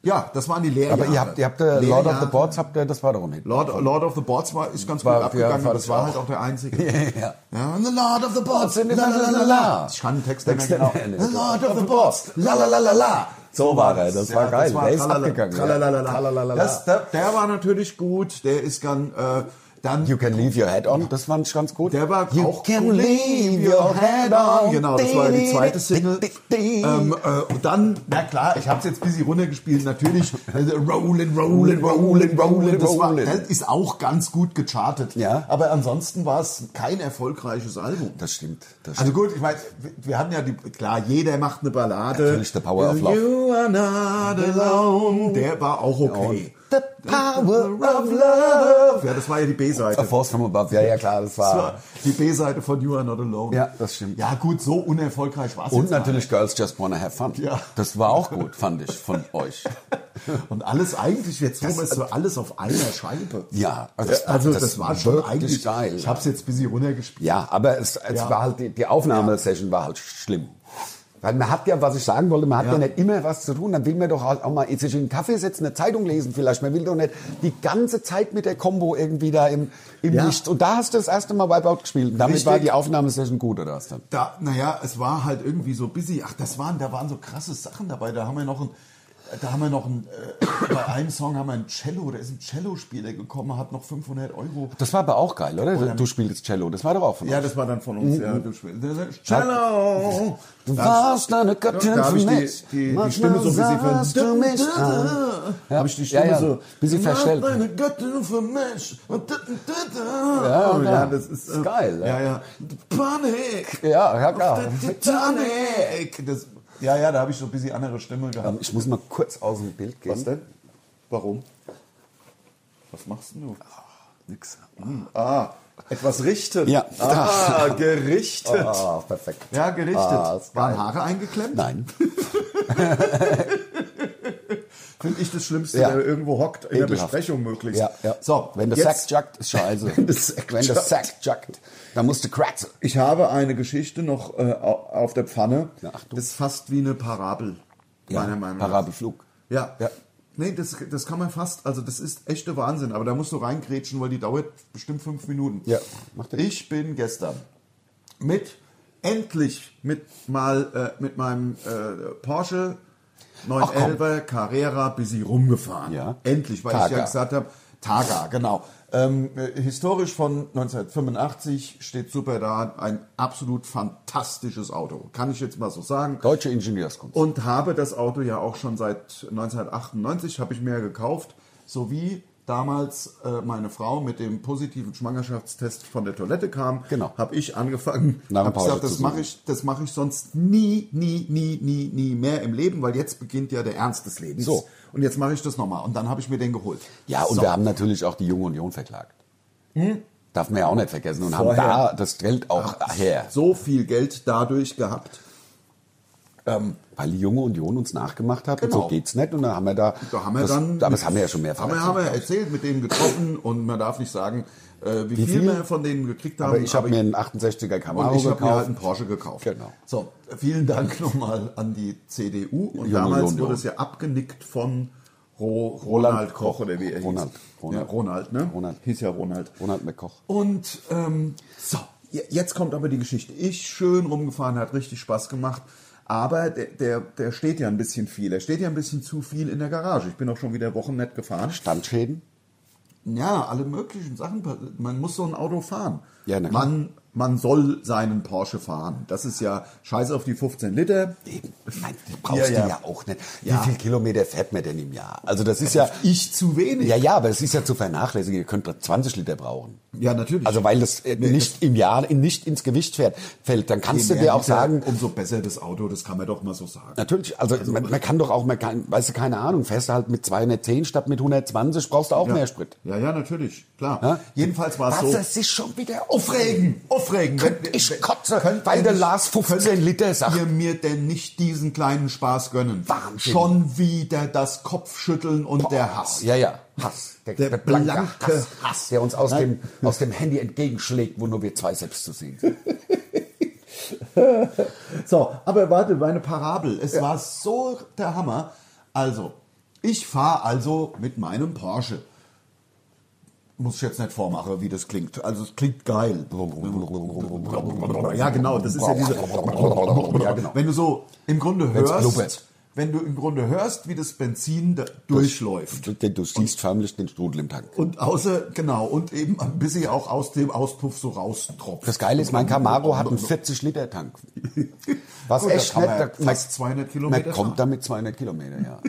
C: ja, das waren die Lehrjahre.
D: Aber ihr habt, ihr habt äh, Lord of the
C: Lehrjahre.
D: Boards, habt ihr, das war doch ein Hit.
C: Lord, Lord of the Boards war, ist ganz
D: War-
C: gut abgegangen,
D: ja, war
C: aber das
D: das
C: war
D: auch.
C: halt auch der einzige.
D: ja.
C: Ja, the Lord of the Boards, la la la la la. Ich kann den Text nicht mehr
D: Text-
C: genau.
D: Nee, nee.
C: The Lord of the Boards, la la la la la.
D: So war er, das war geil. Der ist
C: tralala,
D: abgegangen, ja.
C: tralala,
D: Tralala.
C: Das, der, der war natürlich gut. Der ist dann, äh, dann
D: You can leave your head on, das fand ich ganz gut.
C: der war
D: you
C: auch
D: can
C: cool.
D: leave your head on.
C: Genau, das war ja die zweite
D: Di, di,
C: Single.
D: di, di.
C: Ähm, äh, und dann, na klar, ich habe es jetzt ein bisschen runtergespielt, natürlich. äh, Rollin', rollin', rollin', rollin'. Das, war,
D: Rollin'.
C: das ist auch ganz gut gechartet.
D: Ja.
C: Aber ansonsten war es kein erfolgreiches Album.
D: Das stimmt. Das
C: Also gut, ich meine, wir- wir haben ja die, klar, jeder macht eine Ballade.
D: Natürlich, The Power of Love.
C: äh, You are not alone. Der war auch okay.
D: The power of love.
C: Ja, das war ja die B-Seite.
D: A Force from Above, ja, ja, klar, das war.
C: Die B-Seite von You Are Not Alone.
D: Ja, das stimmt.
C: Ja, gut, so unerfolgreich war es
D: Und
C: jetzt gar
D: natürlich Girls Just Wanna Have Fun.
C: Ja.
D: Das war auch gut, fand ich, von euch.
C: nicht. Und alles eigentlich, jetzt das, ist so alles auf einer Scheibe.
D: Ja, also
C: also
D: das
C: das,
D: war-
C: war
D: das
C: schon
D: wirklich
C: eigentlich
D: geil.
C: Ich habe es jetzt ein bisschen runtergespielt.
D: Ja, aber es, es
C: Ja.
D: war halt, die, die Aufnahmesession war halt schlimm. Weil man hat ja, was ich sagen wollte, man hat ja, nicht immer was zu tun. Dann will man doch halt auch mal sich in einen Kaffee setzen, eine Zeitung lesen vielleicht. Man will doch nicht die ganze Zeit mit der Combo irgendwie da im, im
C: Ja.
D: Licht. Und da hast du das erste Mal Wipeout gespielt. Und damit
C: Richtig.
D: war die Aufnahmesession gut, oder was dann?
C: da, naja, es war halt irgendwie so busy. Ach, das waren, da waren so krasse Sachen dabei. Da haben wir noch ein, da haben wir noch ein, äh, bei einem Song haben wir ein Cello, da ist ein Cello-Spieler gekommen, hat noch 500 Euro.
D: Das war aber auch geil, oder? Du spielst Cello, das war doch auch von
C: Oh, Ja, das war dann von uns, ja. du spielst- Cello!
D: Du warst eine Göttin
C: Da hab ich
D: für
C: die-
D: mich.
C: die- die
D: Manchmal
C: Stimme so ein bisschen
D: sahst
C: ver-
D: du mich an. Ja.
C: Habe ich die Stimme
D: ja, ja.
C: so.
D: Bisschen
C: "Du warst
D: verstellt.
C: Eine Göttin für mich. Und da, da, da.
D: Ja,
C: Oh, ja,
D: ja.
C: das ist, äh,
D: Ist geil, ja.
C: Ja, ja. Panik.
D: Ja, ja, klar.
C: Auf der Titanic. Das, ja, ja, da habe ich so ein bisschen andere Stimme
D: Ähm,
C: gehabt.
D: Ich muss mal kurz aus dem Bild gehen.
C: Was denn? Warum? Was machst denn du?
D: Nix.
C: Ah, etwas richten.
D: Ja.
C: Ah, gerichtet.
D: Ah, perfekt.
C: Ja, gerichtet.
D: Ah, ist
C: Waren
D: geil.
C: Haare eingeklemmt?
D: Nein.
C: Finde ich das Schlimmste,
D: Ja.
C: der irgendwo hockt, in der
D: Ekelhaft.
C: Besprechung möglichst.
D: Ja, ja.
C: So,
D: wenn der
C: jetzt-
D: Sack juckt, ist scheiße.
C: Wenn der Sack
D: Wenn der
C: juckt.
D: Sack juckt, dann musst du kratzen.
C: Ich habe eine Geschichte noch äh, au- auf der Pfanne.
D: Ja, ach du.
C: das ist fast wie eine Parabel, meiner Meinung nach.
D: Parabelflug.
C: Ja.
D: Ja.
C: Nee, das, das kann man fast, also das ist echte Wahnsinn, aber da musst du reingrätschen, weil die dauert bestimmt fünf Minuten.
D: Ja, mach den.
C: ich bin gestern mit, endlich mit mal, äh, mit meinem äh, Porsche 911er Carrera busy rumgefahren.
D: Ja.
C: Endlich, weil ich
D: Targa.
C: ja gesagt habe, Targa, genau. Ähm, äh, historisch von 1985 steht super da, ein absolut fantastisches Auto. Kann ich jetzt mal so sagen.
D: Deutsche Ingenieurskunst.
C: Und habe das Auto ja auch schon seit 1998, habe ich mir ja gekauft, sowie damals äh, meine Frau mit dem positiven Schwangerschaftstest von der Toilette kam,
D: Genau.
C: habe ich angefangen,
D: Nach dem
C: habe
D: Pause
C: gesagt,
D: zu
C: das
D: suchen.
C: mache ich, das mache ich sonst nie, nie, nie, nie, nie mehr im Leben, weil jetzt beginnt ja der Ernst des Lebens.
D: So.
C: Und jetzt mache ich das nochmal. Und dann habe ich mir den geholt.
D: Ja,
C: so.
D: und
C: Hm?
D: wir haben natürlich auch die Junge Union verklagt. Darf man ja auch nicht vergessen. Und
C: Vorher.
D: haben da das Geld auch her.
C: so viel Geld dadurch gehabt. Ähm,
D: Weil die junge Union uns nachgemacht hat, und
C: Genau.
D: so geht's nicht. Und dann haben wir da.
C: Da haben wir
D: das,
C: dann.
D: aber das haben wir ja schon mehrfach.
C: Haben wir, haben wir erzählt, mit denen getroffen und man darf nicht sagen, äh, wie,
D: Wie
C: viel
D: viel?
C: wir von denen gekriegt haben.
D: aber ich habe mir einen 68er Camaro
C: und ich habe mir halt
D: gekauft.
C: einen Porsche gekauft.
D: Genau.
C: So, vielen Dank nochmal an die CDU. Und
D: Junge
C: damals
D: Union,
C: wurde
D: ja.
C: es ja abgenickt von Ro Ronald Koch oder wie er hieß.
D: Ronald, Ronald.
C: Ja, Ronald, ne?
D: Ronald.
C: Hieß ja Ronald.
D: Ronald McKoch.
C: Und ähm, so, je- jetzt kommt aber die Geschichte. Ich schön rumgefahren, hat richtig Spaß gemacht. Aber der, der, der steht ja ein bisschen viel. Er steht ja ein bisschen zu viel in der Garage. Ich bin auch schon wieder Wochen nett gefahren.
D: Standschäden?
C: Ja, alle möglichen Sachen. Man muss so ein Auto fahren.
D: Ja, na klar.
C: man, man soll seinen Porsche fahren. Das ist ja scheiß auf die 15 Liter.
D: Eben. Nein, das
C: Ja,
D: brauchst
C: ja.
D: du ja auch nicht.
C: Ja.
D: Wie viel Kilometer fährt man denn im Jahr? Also das ist ja.
C: Ich eh zu wenig.
D: Ja, ja, aber das ist ja zu vernachlässigen. Ihr könnt 20 Liter brauchen.
C: Ja, natürlich.
D: Also weil das äh, nicht im Jahr, in- nicht ins Gewicht fährt, fällt, dann kannst
C: Je
D: du
C: mehr
D: dir auch
C: Liter,
D: sagen,
C: Umso besser das Auto, das kann man doch mal so sagen.
D: Natürlich, also, man, man kann doch auch, man kann, weißt du, keine Ahnung, fährst du halt mit 210 statt mit 120, brauchst du auch mehr Sprit.
C: Ja, ja, natürlich, klar.
D: Ja?
C: Jedenfalls war es so.
D: Was, das ist schon wieder
C: Aufregen, aufregen.
D: Könnt
C: Wenn-
D: ich
C: wenn-
D: kotze,
C: könnt
D: weil
C: ihr
D: der
C: nicht-
D: Lars 15
C: könnt
D: Liter sagt.
C: ihr mir denn nicht diesen kleinen Spaß gönnen?
D: Wahnsinn.
C: Schon wieder das Kopfschütteln und der Hass.
D: Ja, ja, Hass. Der,
C: Der
D: der, blanke,
C: blanke
D: Hass, Hass, der uns aus dem, aus dem Handy entgegenschlägt, wo nur wir zwei selbst zu sehen sind.
C: So, aber warte, meine Parabel. Es war so der Hammer. Also, ich fahre also mit meinem Porsche. Muss ich jetzt nicht vormachen, wie das klingt. Also, es klingt geil. Ja, genau, das ist ja diese. Ja, genau. Wenn du so im Grunde
D: Wenn's
C: hörst,
D: blubbert.
C: wenn du im Grunde hörst, wie das Benzin da durchläuft.
D: Du, du siehst förmlich den Strudel im Tank.
C: Und außer, genau, und eben ein bisschen auch aus dem Auspuff so raustropft.
D: Das Geile ist, mein Camaro hat einen 40-Liter-Tank. Was
C: Gut, da
D: echt
C: kann
D: nett.
C: man ja
D: da-
C: fast 200 Kilometer
D: Man
C: fahren.
D: kommt damit 200 Kilometer, ja.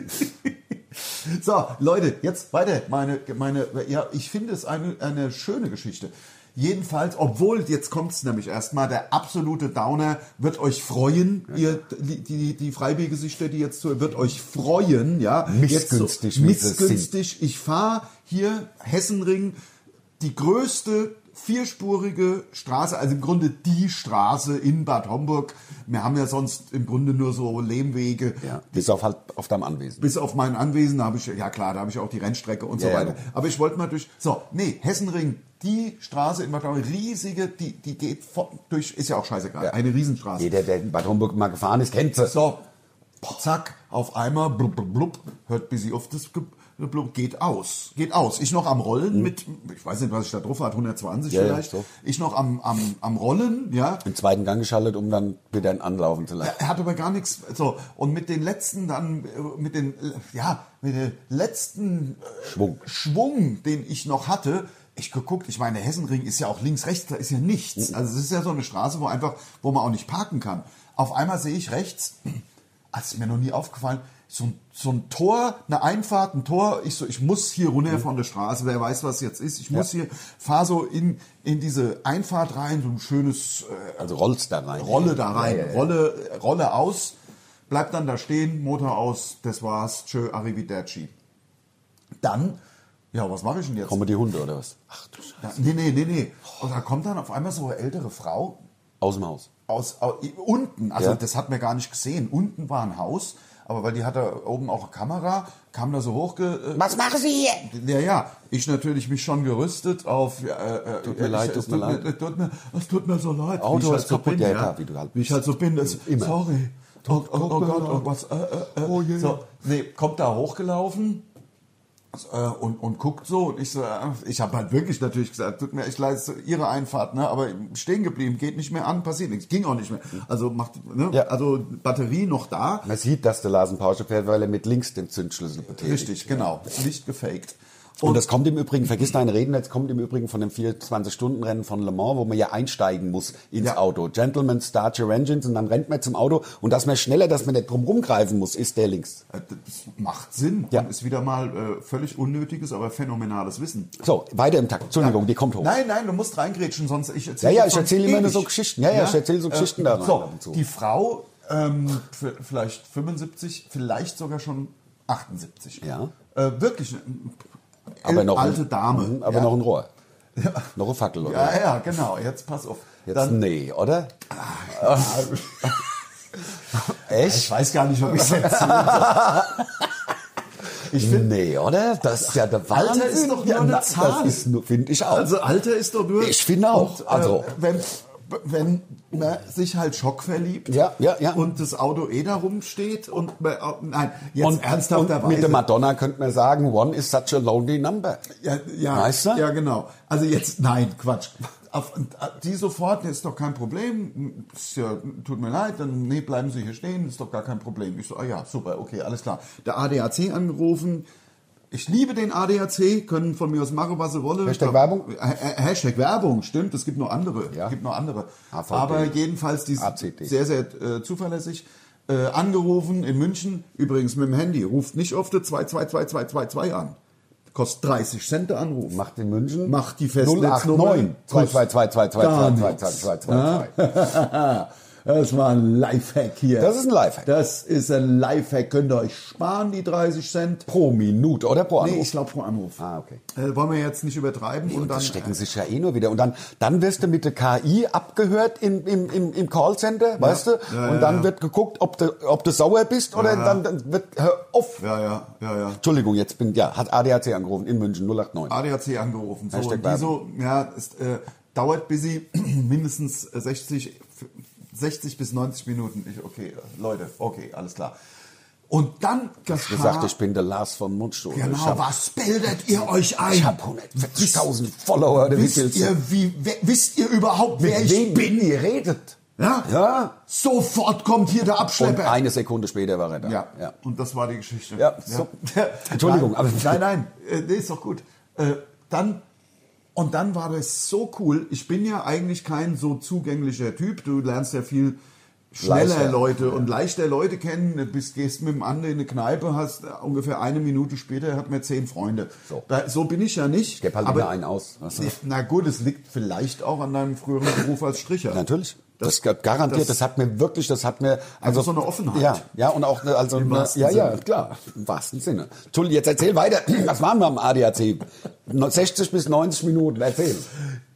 C: So, Leute, jetzt weiter. Meine, meine, ja, ich finde es eine, eine schöne Geschichte. Jedenfalls, obwohl, jetzt kommt es nämlich erstmal, der absolute Downer wird euch freuen, ihr, die, die, die Freiwegesichter, die jetzt so, wird euch freuen, ja.
D: Missgünstig, wie
C: jetzt
D: sie
C: so, missgünstig. Ich fahre hier Hessenring, die größte vierspurige Straße, also im Grunde die Straße in Bad Homburg. Wir haben ja sonst im Grunde nur so Lehmwege
D: ja. Bis auf, halt, auf deinem Anwesen.
C: bis auf mein Anwesen, da habe ich, ja klar, da habe ich auch die Rennstrecke und
D: Ja,
C: so
D: ja.
C: weiter. Aber ich wollte mal durch, so, nee, Hessenring, die Straße in Bad Homburg, riesige, die, die geht von, durch, ist ja auch scheißegal,
D: Ja.
C: eine Riesenstraße.
D: Jeder, der in Bad Homburg mal gefahren ist, kennt sie.
C: So, zack, auf einmal, blub, blub, blub, hört bis sie auf das Ge- blub, geht aus, geht aus. Ich noch am Rollen mit, ich weiß nicht, was ich da drauf hatte, 120
D: Mhm. Ja, ja,
C: vielleicht.
D: so.
C: Ich noch am, am, am Rollen, ja.
D: Im zweiten Gang geschaltet, um dann wieder einen anlaufen zu lassen.
C: Er hat aber gar nichts. So und mit den letzten dann, äh, mit den äh, ja, mit den letzten äh,
D: Schwung.
C: Schwung, den ich noch hatte. Ich geguckt, ich meine, der Hessenring ist ja auch links, rechts, da ist ja nichts. Also es ist ja so eine Straße, wo einfach, wo man auch nicht parken kann. Auf einmal sehe ich rechts, das ist mir noch nie aufgefallen, so ein, so ein Tor, eine Einfahrt, ein Tor. Ich so, ich muss hier runter von der Straße, wer weiß, was jetzt ist. Ich muss hier, fahr so in, in diese Einfahrt rein, so ein schönes äh,
D: Also rollst da rein.
C: Rolle da rein, Rolle, Rolle aus, bleibt dann da stehen, Motor aus, das war's, tschö, arrivederci. Dann, ja, was mache ich denn jetzt?
D: Kommen die Hunde oder was? Ach du Scheiße.
C: Ja, nee, nee, nee, nee. Und da kommt dann auf einmal so eine ältere Frau
D: Aus dem Haus.
C: aus, au- i- unten, also
D: Ja.
C: das hat mir gar nicht gesehen, unten war ein Haus, aber weil die hat da oben auch eine Kamera, kam da so hochge... äh,
D: Was machen Sie hier?
C: Ja, ja, ich natürlich mich schon gerüstet auf. Äh, äh,
D: Tut mir
C: ich,
D: leid,
C: es
D: tut mir leid.
C: es Tut mir, es tut mir so leid.
D: Auto
C: wie ich
D: ist
C: halt so
D: kaputt,
C: bin,
D: ja, klar, wie du halt
C: wie ich halt so bin. Das,
D: Immer.
C: Sorry. Oh, oh, oh
D: mir
C: Gott, oh,
D: leid.
C: was? Äh, äh, äh.
D: Oh je.
C: So, nee, kommt da hochgelaufen äh, und, und guckt so und ich so, äh, ich habe halt wirklich natürlich gesagt, tut mir echt leid, so ihre Einfahrt, ne, aber stehen geblieben, geht nicht mehr an, passiert nichts, ging auch nicht mehr. Also macht, ne,
D: Mhm. Ja.
C: also Batterie noch da,
D: Man sieht, dass der Lasen Porsche fährt, weil er mit links den Zündschlüssel betätigt.
C: richtig, genau, nicht gefaked.
D: Und, das kommt im Übrigen, vergiss dein Reden, jetzt kommt im Übrigen von dem 24-Stunden-Rennen von Le Mans, wo man ja einsteigen muss ins
C: Ja.
D: Auto. Gentlemen, start your engines und dann rennt man zum Auto. Und dass man schneller, dass man nicht drum rumgreifen muss, ist der links.
C: Äh, Das macht Sinn
D: Ja.
C: und ist wieder mal äh, völlig unnötiges, aber phänomenales Wissen.
D: So, weiter im Takt. Entschuldigung, die kommt hoch.
C: Nein, nein, du musst reingrätschen, sonst ich
D: Ja,
C: erzähle
D: ja, ich erzähle immer nur so Geschichten. Ja, ja, ich erzähle so Geschichten da rein ab
C: So,
D: und zu.
C: die Frau, ähm, f- vielleicht 75, vielleicht sogar schon 78.
D: Ja.
C: Äh, wirklich eine
D: aber
C: el-
D: noch ein-
C: alte Dame.
D: Mhm, Aber
C: ja.
D: noch ein Rohr. Noch eine Fackel, oder?
C: Ja, ja, genau. Jetzt pass auf.
D: Jetzt
C: Dann, Ah,
D: nee, oder? Echt?
C: ich weiß gar nicht, ob ich es erzähle.
D: Ich finde nee, oder? Das ist ja der Wahnsinn.
C: Alter ist doch nur
D: ja,
C: eine
D: na,
C: Zahl.
D: Das ist nur, finde ich auch.
C: Also Alter ist doch nur...
D: Ich finde auch.
C: Und, äh,
D: Also-
C: Wenn, wenn man sich halt Schock verliebt
D: Ja, ja, ja.
C: und das Auto eh da rumsteht und... Man, oh, nein, jetzt
D: und, und
C: ernsthafterweise...
D: mit der Madonna könnte man sagen, one is such a lonely number.
C: Ja, ja,
D: Weißt du?
C: ja, genau. Also jetzt, nein, Quatsch. Auf, die sofort, ist doch kein Problem. Ist ja, tut mir leid, dann nee, bleiben Sie hier stehen, ist doch gar kein Problem. Ich so, ah ja, super, okay, alles klar. Der ADAC angerufen. Ich liebe den ADAC, können von mir aus machen, was sie wollen.
D: Hashtag
C: Da-
D: Werbung?
C: Äh, äh, Hashtag Werbung, stimmt, es gibt noch andere.
D: Ja.
C: Es gibt noch andere.
D: AVD.
C: Aber jedenfalls, die
D: ACD.
C: sehr sehr, sehr äh, zuverlässig. Äh, angerufen in München, übrigens mit dem Handy. Ruft nicht oft die 2222222 an. Kostet 30 Cent der Anruf.
D: Macht in München?
C: Macht die Festnetznummer.
D: 089 22222222222.
C: Ja? Das war ein Lifehack hier.
D: Das ist ein Lifehack.
C: Das ist ein Lifehack. Könnt ihr euch sparen, die 30 Cent?
D: Pro Minute oder pro Anruf?
C: Nee, ich glaube pro Anruf.
D: Ah, okay.
C: Äh, wollen wir jetzt nicht übertreiben. und
D: und
C: dann,
D: das stecken sich ja eh nur wieder. Und dann, dann wirst du mit der KI abgehört im, im, im, im Callcenter, weißt du?
C: Ja,
D: und
C: ja,
D: dann
C: ja.
D: wird geguckt, ob du, ob du sauer bist oder
C: ja.
D: dann, dann wird, hör auf.
C: Ja, ja, ja, ja.
D: Entschuldigung, jetzt bin, ja, hat ADAC angerufen in München 089.
C: ADAC angerufen. So,
D: Hashtag
C: und die so, ja, ist, äh, dauert bis sie mindestens 60, 60 bis 90 Minuten. Ich, okay, Leute, okay, alles klar. Und dann geschah...
D: gesagt, ich bin der Lars von Mundstuhl. ich
C: genau,
D: hab,
C: was bildet ihr euch ein?
D: ich hab 140.000 Follower oder wie viel?
C: Wisst ihr, wie, we- wisst ihr überhaupt, wer ich bin?
D: ihr redet?
C: Ja?
D: Ja.
C: Sofort kommt hier der
D: Und
C: Abschlepper.
D: eine Sekunde später war er da.
C: Ja.
D: ja.
C: und das war die Geschichte.
D: Ja, so. Entschuldigung,
C: nein,
D: aber-
C: nein, nein, äh, nee, ist doch gut. Äh, dann und dann war das so cool. Ich bin ja eigentlich kein so zugänglicher Typ. Du lernst ja viel schneller
D: Leichter.
C: Leute und leichter Leute kennen. Du bist, gehst mit dem anderen in eine Kneipe, hast äh, ungefähr eine Minute später hat mir zehn Freunde.
D: So.
C: Da, so bin ich ja nicht.
D: Ich geb halt
C: aber-
D: immer einen aus. weißt du?
C: Nee, Na gut, es liegt vielleicht auch an deinem früheren Beruf als Stricher.
D: Natürlich. Das,
C: Das-
D: gar- garantiert, das,
C: das-
D: hat mir wirklich, das hat mir also
C: so eine Offenheit.
D: Ja, ja und auch eine, also
C: Im
D: eine,
C: wahrsten
D: ja, ja,
C: Sinne.
D: klar, im wahrsten Sinne. Entschuldigung, jetzt erzähl weiter. Was waren wir am ADAC? No- 60 bis 90 Minuten, erzähl.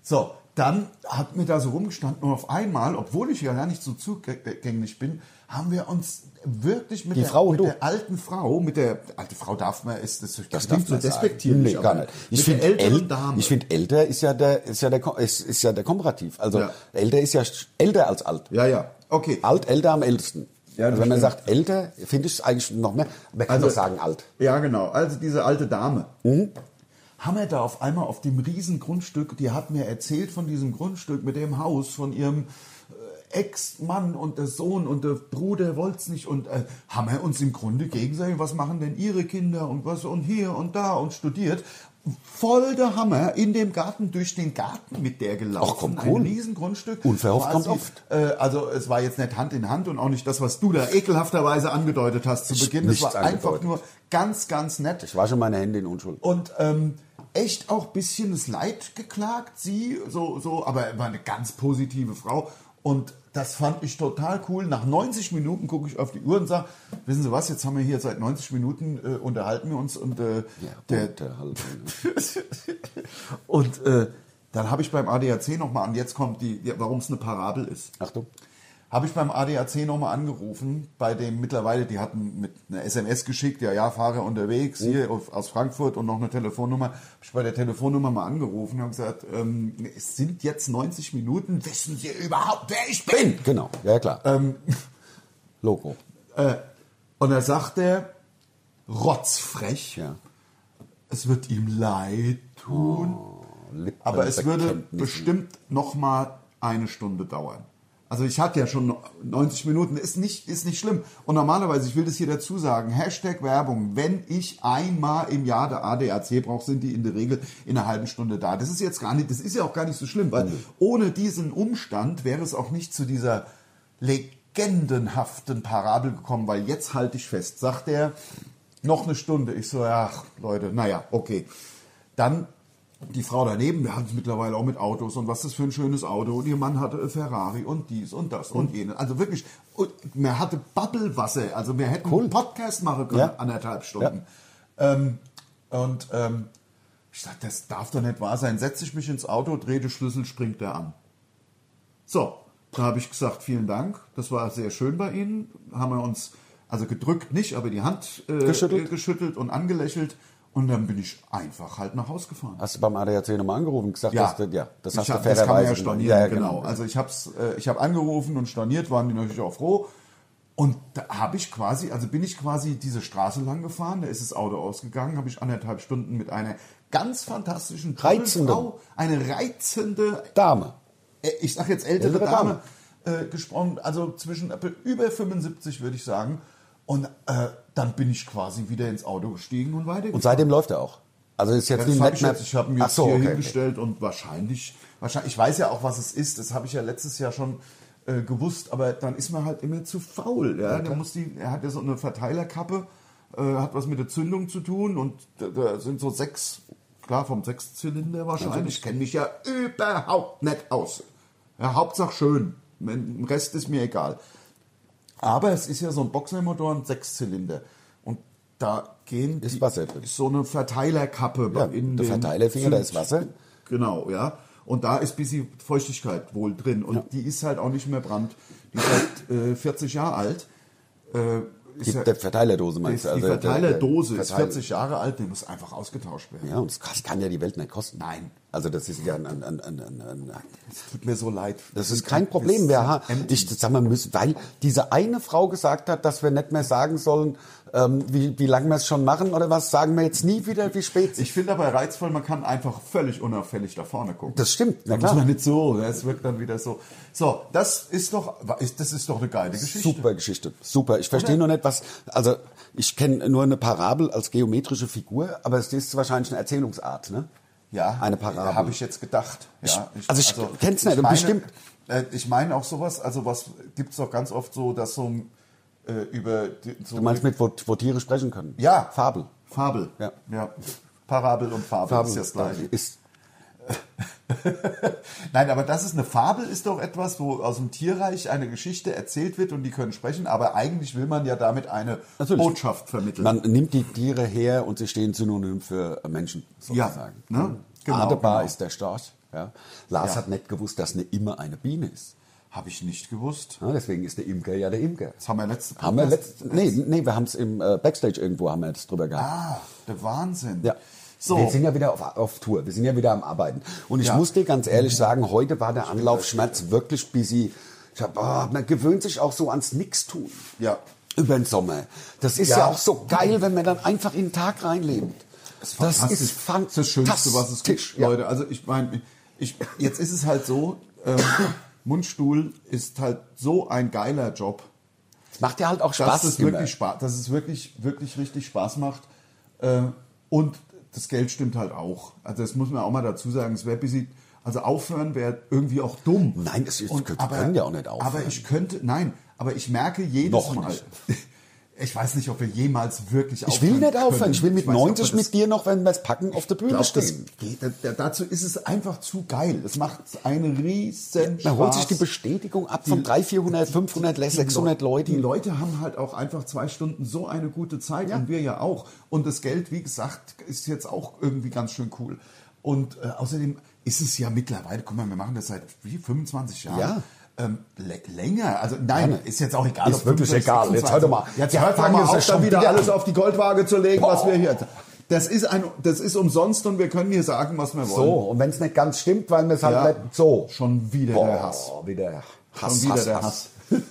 C: So, dann hat mir da so rumgestanden und auf einmal, obwohl ich ja gar nicht so zugänglich bin, haben wir uns wirklich mit,
D: Die
C: der,
D: Frau und
C: mit
D: du.
C: der alten Frau, mit der alte Frau darf man, ist, das, das,
D: darf
C: klingt so
D: man sagen.
C: despektierlich.
D: Nee, gar
C: aber
D: nicht. Ich
C: mit
D: finde
C: der älteren
D: äl-
C: Dame.
D: Ich finde älter ist ja der ist ja der Ko- ist, ist ja der Komparativ. Also
C: Ja.
D: älter ist ja sch- älter als alt.
C: ja, ja, okay.
D: Alt älter am ältesten.
C: Ja,
D: also
C: das
D: wenn man
C: stimmt. Also
D: sagt älter, finde ich es eigentlich noch mehr. Man kann doch sagen alt. Mhm.
C: Ja, genau. Also diese alte Dame. Haben wir da auf einmal auf dem Riesengrundstück, die hat mir erzählt von diesem Grundstück mit dem Haus, von ihrem äh, Ex-Mann und der Sohn und der Bruder wollt's nicht und äh, haben wir uns im Grunde gegenseitig, was machen denn ihre Kinder und was und hier und da und studiert. Voll der Hammer in dem Garten, durch den Garten mit der gelaufen.
D: Ach, komm,
C: Ein
D: cool.
C: Riesengrundstück.
D: Unverhofft
C: Quasi,
D: kommt oft.
C: Äh, also es war jetzt nicht Hand in Hand und auch nicht das, was du da ekelhafterweise angedeutet hast zu Beginn. Es war
D: Nichts
C: einfach
D: angedeutet.
C: nur ganz, ganz nett.
D: Ich war schon meine Hände in Unschuld.
C: Und ähm, echt auch ein bisschen das Leid geklagt, sie, so, so, aber war eine ganz positive Frau. Und das fand ich total cool. Nach 90 Minuten gucke ich auf die Uhr und sage, wissen Sie was, jetzt haben wir hier seit 90 Minuten, äh, unterhalten wir uns und äh, der,
D: Unterhalb.
C: und äh, dann habe ich beim ADAC nochmal an, jetzt kommt die, die warum es eine Parabel ist
D: Achtung.
C: habe ich beim ADAC nochmal angerufen, bei dem mittlerweile, die hatten mit einer SMS geschickt, ja, ja, Fahrer unterwegs, hier auf, aus Frankfurt und noch eine Telefonnummer. Habe ich bei der Telefonnummer mal angerufen und habe gesagt, ähm, es sind jetzt 90 Minuten, wissen Sie überhaupt, wer ich bin?
D: Genau, ja klar.
C: Ähm.
D: Logo.
C: Und da sagt er, rotzfrech,
D: Ja.
C: es wird ihm leid tun,
D: Lippen-
C: aber es würde
D: Erkenntnisse.
C: bestimmt nochmal eine Stunde dauern. Also ich hatte ja schon 90 Minuten, ist nicht, ist nicht schlimm. Und normalerweise, ich will das hier dazu sagen, Hashtag Werbung, wenn ich einmal im Jahr der ADAC brauche, sind die in der Regel in einer halben Stunde da. Das ist jetzt gar nicht, das ist ja auch gar nicht so schlimm, weil ohne diesen Umstand wäre es auch nicht zu dieser legendenhaften Parabel gekommen, weil jetzt halte ich fest, sagt er, noch eine Stunde. Ich so, ach Leute, naja, okay. Dann die Frau daneben, wir haben es mittlerweile auch mit Autos und was das für ein schönes Auto und ihr Mann hatte ein Ferrari und dies und das und jenes. Also wirklich, und man hatte Bubblewasser, also wir hätten einen Podcast machen können,
D: Ja.
C: anderthalb Stunden. Ähm, und ähm, ich dachte, das darf doch nicht wahr sein. Setze ich mich ins Auto, drehe den Schlüssel, springt er an. So, da habe ich gesagt, vielen Dank. Das war sehr schön bei Ihnen. Haben wir uns, also gedrückt nicht, aber die Hand äh,
D: Geschüttelt.
C: äh, geschüttelt und angelächelt. Und dann bin ich einfach halt nach Haus gefahren.
D: Hast du beim ADAC nochmal angerufen und gesagt, dass du, ja, das
C: ich
D: hast du
C: hab, das kann man ja
D: fairerweise gemacht.
C: stornieren,
D: Ja, ja,
C: genau. Also ich habe äh, ich hab angerufen und storniert, waren die natürlich auch froh. Und da habe ich quasi, also bin ich quasi diese Straße lang gefahren, da ist das Auto ausgegangen, habe ich anderthalb Stunden mit einer ganz fantastischen tollen
D: Reizende.
C: Frau, eine reizende,
D: Dame.
C: äh, ich sag jetzt ältere,
D: Ältere
C: Dame, Äh, gesprochen, also zwischen über 75 würde ich sagen. Und äh, dann bin ich quasi wieder ins Auto gestiegen und weitergefahren.
D: Und seitdem läuft er auch. Also ist jetzt
C: Ja, das
D: nicht
C: hab ich
D: mehr-
C: jetzt, ich habe mir
D: Ach
C: jetzt
D: so,
C: hier
D: okay.
C: hingestellt und wahrscheinlich, wahrscheinlich, ich weiß ja auch, was es ist, das habe ich ja letztes Jahr schon äh, gewusst, aber dann ist man halt immer zu faul. Ja? dann muss die, er hat ja so eine Verteilerkappe, äh, hat was mit der Zündung zu tun und da, da sind so sechs, klar vom Sechszylinder
D: also
C: wahrscheinlich, ich kenne mich ja überhaupt nicht aus. Ja, Hauptsache schön, Mein- Rest ist mir egal. Aber es ist ja so ein Boxermotor und Sechszylinder. Und da gehen
D: Ist
C: die-
D: Wasser drin.
C: Ist so eine Verteilerkappe
D: Ja,
C: in
D: der
C: den
D: Verteilerfinger, da ist Wasser.
C: Genau, ja. Und da ist ein bisschen Feuchtigkeit wohl drin. Und die ist halt auch nicht mehr brand. Die ist halt äh, 40 Jahre alt. Äh, ist
D: Die,
C: ja-
D: der Verteilerdose
C: die,
D: meinst du? also
C: die
D: der- der-
C: Verteilerdose
D: der
C: ist
D: Verteiler-
C: 40 Jahre alt, die muss einfach ausgetauscht werden.
D: Ja, und das kann- das kann ja die Welt nicht kosten.
C: Nein.
D: Also das ist ja ein, ein, ein, ein, ein, ein
C: Es tut mir so leid.
D: das ist kein Problem. Wir haben, ich sag mal, müssen, weil diese eine Frau gesagt hat, dass wir nicht mehr sagen sollen, ähm, wie, wie lange wir es schon machen oder was, sagen wir jetzt nie wieder, wie spät es ist.
C: Ich finde aber reizvoll, man kann einfach völlig unauffällig da vorne gucken.
D: Das stimmt, na
C: Da muss man
D: klar.
C: nicht so, ja, es wirkt dann wieder so. So, das ist doch, ist- das ist doch eine geile Geschichte.
D: Super Geschichte, super. Ich verstehe nur nicht, was, also ich kenne nur eine Parabel als geometrische Figur, aber es ist wahrscheinlich eine Erzählungsart, ne?
C: Ja,
D: Eine Parabel.
C: Habe ich jetzt gedacht. Ja,
D: Ich- also ich kenn's nicht und
C: meine,
D: bestimmt-
C: Äh, ich meine auch sowas, also was gibt's doch ganz oft so, dass so äh, über die, so
D: Du meinst mit, wo, wo Tiere sprechen können?
C: Ja.
D: Fabel.
C: Fabel.
D: Ja.
C: ja. Parabel und Fabel, ist ja das gleiche.
D: ist
C: Nein, aber das ist eine Fabel, ist doch etwas, wo aus dem Tierreich eine Geschichte erzählt wird und die können sprechen, aber eigentlich will man ja damit eine
D: Natürlich.
C: Botschaft vermitteln.
D: Man nimmt die Tiere her und sie stehen synonym für Menschen sozusagen. Hm.
C: Ja, ne? Genau,
D: Adebar
C: genau.
D: ist der Storch. Ja. Lars
C: Ja.
D: hat nicht gewusst, dass eine immer eine Biene ist.
C: Habe ich nicht gewusst.
D: Ja, deswegen ist der Imker ja der Imker.
C: Das haben wir letzte
D: Haben wir letzt, nee, nee, wir haben es im äh, Backstage irgendwo haben wir jetzt drüber gehabt.
C: Ah, der Wahnsinn.
D: Ja.
C: So.
D: Wir sind ja wieder auf, auf Tour, wir sind ja wieder am Arbeiten. Und ich
C: Ja. Mhm.
D: muss dir ganz ehrlich sagen, heute war der Anlaufschmerz wirklich busy. Ich hab, oh, man gewöhnt sich auch so ans Nix-Tun
C: Ja.
D: über den Sommer. Das ist ja.
C: Ja.
D: auch so geil, wenn man dann einfach in den Tag reinlebt. Das ist
C: Das, ist das Schönste, was es
D: fantastisch,
C: gibt,
D: ja.
C: Leute. Also ich meine, ich, jetzt ist es halt so, ähm, Mundstuhl ist halt so ein geiler Job,
D: Es macht ja halt auch
C: dass
D: Spaß.
C: es,
D: immer.
C: wirklich Spaß, dass es wirklich, wirklich richtig Spaß macht. Äh, und das Geld stimmt halt auch. Also das muss man auch mal dazu sagen. Es wäre busy. Also aufhören wäre irgendwie auch dumm.
D: Nein, es ist- wir können ja auch nicht aufhören.
C: Aber ich könnte, nein, aber ich merke jedes
D: Noch
C: Mal.
D: nicht.
C: Ich weiß nicht, ob wir jemals wirklich
D: ich will nicht aufhören.
C: können.
D: Ich will mit
C: weiß nicht, ob wir
D: 90
C: das
D: mit dir noch, wenn wir es packen, auf der Bühne
C: glaub, das
D: stehen.
C: geht, da- da, dazu ist es einfach zu geil. Es macht einen riesen Spaß.
D: Man holt sich die Bestätigung ab von 300, 400, 500,
C: Die
D: 600
C: Leu- Die
D: Leuten.
C: Leute haben halt auch einfach zwei Stunden so eine gute Zeit und wir ja auch. Und das Geld, wie gesagt, ist jetzt auch irgendwie ganz schön cool. Und äh, außerdem ist es ja mittlerweile, guck mal, wir machen das seit wie 25 Jahren.
D: Ja.
C: Ähm, lä- länger, also nein,
D: Gerne.
C: ist jetzt auch egal.
D: Ist wirklich egal. Jetzt hört doch mal.
C: Jetzt
D: Ja,
C: hört doch
D: fangen
C: mal
D: Sie
C: auf,
D: schon
C: schon wieder
D: wieder
C: alles
D: an.
C: auf die Goldwaage zu legen, was
D: Boah.
C: wir hier. Das ist ein, das ist umsonst und wir können hier sagen, was wir wollen.
D: So, und wenn es nicht ganz stimmt, weil wir es halt
C: Ja.
D: nicht so.
C: Schon wieder
D: Boah,
C: der Hass.
D: Wieder Hass,
C: Schon wieder
D: Hass,
C: der
D: Hass. Hans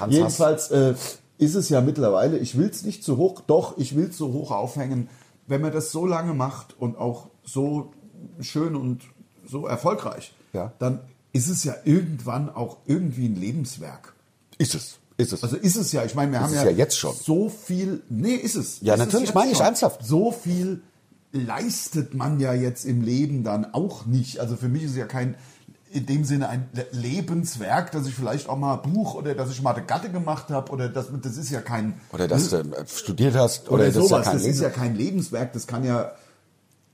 D: Hass.
C: Jedenfalls äh, ist es ja mittlerweile, ich will es nicht zu hoch, doch, ich will es so hoch aufhängen. Wenn man das so lange macht und auch so schön und so erfolgreich,
D: Ja.
C: dann ist es ja irgendwann auch irgendwie ein Lebenswerk.
D: Ist es, ist es.
C: Also ist es ja, ich meine, wir haben
D: es
C: ja,
D: ja jetzt schon.
C: so viel, nee, ist es.
D: Ja,
C: Ist es
D: natürlich,
C: jetzt
D: meine ich
C: schon.
D: ernsthaft.
C: So viel leistet man ja jetzt im Leben dann auch nicht. Also für mich ist es ja kein, in dem Sinne ein Le- Lebenswerk, dass ich vielleicht auch mal ein Buch oder dass ich mal eine Gatte gemacht habe oder das, das ist ja kein,
D: oder dass du äh, studiert hast, oder,
C: hm? oder,
D: das ist ja
C: sowas.
D: kein
C: das ist ja
D: Leben.
C: kein Lebenswerk, das kann ja,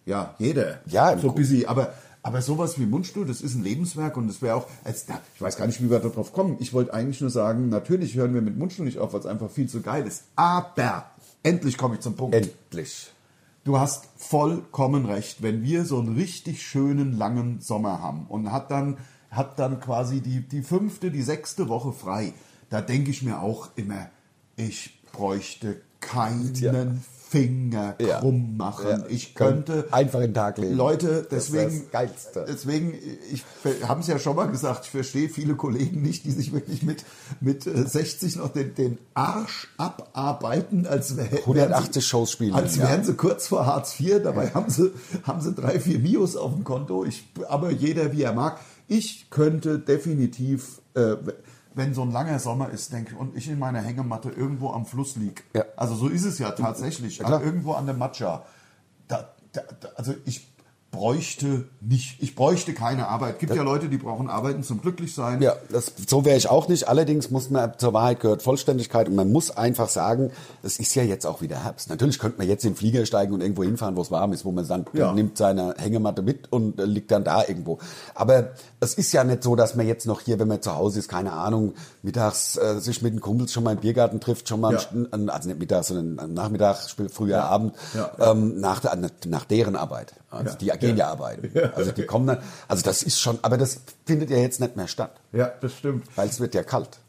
C: ja jeder.
D: Ja, im
C: so
D: Gru-
C: busy. Aber, aber sowas wie Mundstuhl, das ist ein Lebenswerk und das wäre auch, als, na, ich weiß gar nicht, wie wir darauf kommen. Ich wollte eigentlich nur sagen, natürlich hören wir mit Mundstuhl nicht auf, weil es einfach viel zu geil ist. Aber endlich komme ich zum Punkt.
D: Endlich.
C: Du hast vollkommen recht. Wenn wir so einen richtig schönen langen Sommer haben und hat dann, hat dann quasi die, die fünfte, die sechste Woche frei, da denke ich mir auch immer, ich bräuchte keinen Finger
D: Ja.
C: krumm machen.
D: Ja.
C: Ich könnte
D: Einfach in den Tag legen.
C: Leute,
D: Das
C: deswegen,
D: wär's Geilste.
C: deswegen, ich haben es ja schon mal gesagt, ich verstehe viele Kollegen nicht, die sich wirklich mit, mit äh, 60 noch den, den Arsch abarbeiten, als wär- wären sie-
D: 180 Shows spielen,
C: Als
D: ja.
C: wären sie kurz vor Hartz IV, dabei haben sie, haben sie drei, vier Mios auf dem Konto, ich, aber jeder wie er mag. Ich könnte definitiv, äh, wenn so ein langer Sommer ist, denke ich, und ich in meiner Hängematte irgendwo am Fluss lieg.
D: Ja.
C: Also so ist es ja tatsächlich.
D: klar.
C: Aber irgendwo an der Matcha. Da, da, da, also ich bräuchte nicht, ich bräuchte keine Arbeit. Gibt ja Leute, die brauchen Arbeiten zum Glücklichsein.
D: Ja, das, so wäre ich auch nicht. Allerdings muss man zur Wahrheit gehört Vollständigkeit und man muss einfach sagen, es ist ja jetzt auch wieder Herbst. Natürlich könnte man jetzt in den Flieger steigen und irgendwo hinfahren, wo es warm ist, wo man dann
C: Ja.
D: nimmt seine Hängematte mit und äh, liegt dann da irgendwo. Aber es ist ja nicht so, dass man jetzt noch hier, wenn man zu Hause ist, keine Ahnung, mittags äh, sich mit den Kumpels schon mal im Biergarten trifft, schon mal,
C: Ja.
D: einen St- einen- also nicht mittags, sondern am Nachmittag, spä- früher Abend,
C: Ja.
D: Ähm, nach, der- nach deren Arbeit. Also
C: Ja.
D: die gehen ja, arbeiten. Also die kommen dann, also das ist schon, aber das findet ja jetzt nicht mehr statt.
C: ja, das stimmt.
D: Weil es wird ja kalt.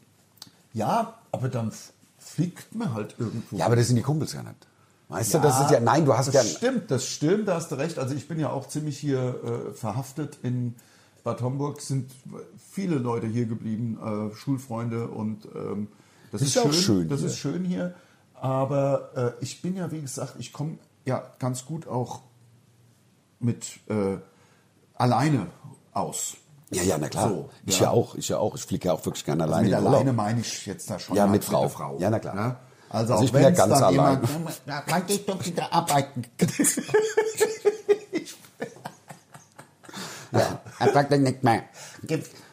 C: Ja, aber dann f- fliegt man halt irgendwo.
D: Ja, aber das sind die Kumpels ja nicht. Weißt du, das ist ja, nein, du hast ja,
C: Ah, das Stimmt, das stimmt, da hast du recht. Also ich bin ja auch ziemlich hier äh, verhaftet in Bad Homburg. Sind viele Leute hier geblieben, äh, Schulfreunde und ähm, das
D: Ist
C: ist,
D: ja auch
C: schön.
D: schön
C: das
D: hier.
C: ist schön hier. Aber äh, ich bin ja, wie gesagt, ich komme ja ganz gut auch mit äh, alleine aus. Also
D: ja, ja, na klar.
C: So,
D: ich ja. Also
C: ja.
D: auch, ich ja auch. Ich fliege ja auch wirklich gerne alleine.
C: Mit
D: in
C: alleine
D: Urlaub.
C: meine ich jetzt da schon
D: Ja,
C: mal
D: mit Frau.
C: der
D: Ja, na klar.
C: Also,
D: Also
C: auch
D: ich bin ja
C: wenn's
D: ganz
C: dann
D: allein.
C: Jemand, na, man geht doch wieder arbeiten.
D: Ja. Er fragt dann nicht mehr.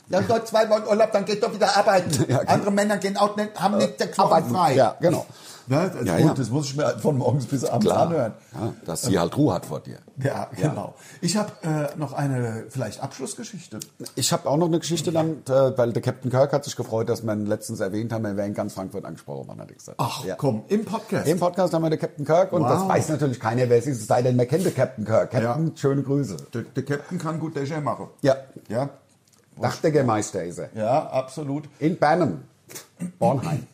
C: Dann dort zwei Wochen Urlaub, dann geht doch wieder arbeiten.
D: Ja, genau.
C: Andere Männer gehen auch nicht, haben nicht sechs Wochen
D: Arbeiten.
C: frei.
D: Ja, genau.
C: Ne? Das,
D: Ja,
C: gut,
D: ja.
C: das muss ich mir von morgens bis abends
D: Klar.
C: anhören.
D: Ja, dass sie halt Ruhe hat vor dir.
C: Ja, genau. Ich habe äh, noch eine vielleicht Abschlussgeschichte.
D: Ich habe auch noch eine Geschichte dann, äh, weil der Captain Kirk hat sich gefreut, dass wir ihn letztens erwähnt haben, er wäre in ganz Frankfurt angesprochen worden, hat er gesagt.
C: Ach
D: ja.
C: komm, im Podcast.
D: Im Podcast haben wir den Captain Kirk und
C: Wow.
D: das weiß natürlich keiner, wer es ist, es sei denn, man kennt den Captain Kirk. Captain, schöne Grüße.
C: der, der Captain kann gut Déjà machen.
D: Ja.
C: Ja.
D: Dachdeckermeister ist er.
C: Ja, absolut.
D: In Bernum. Bornheim.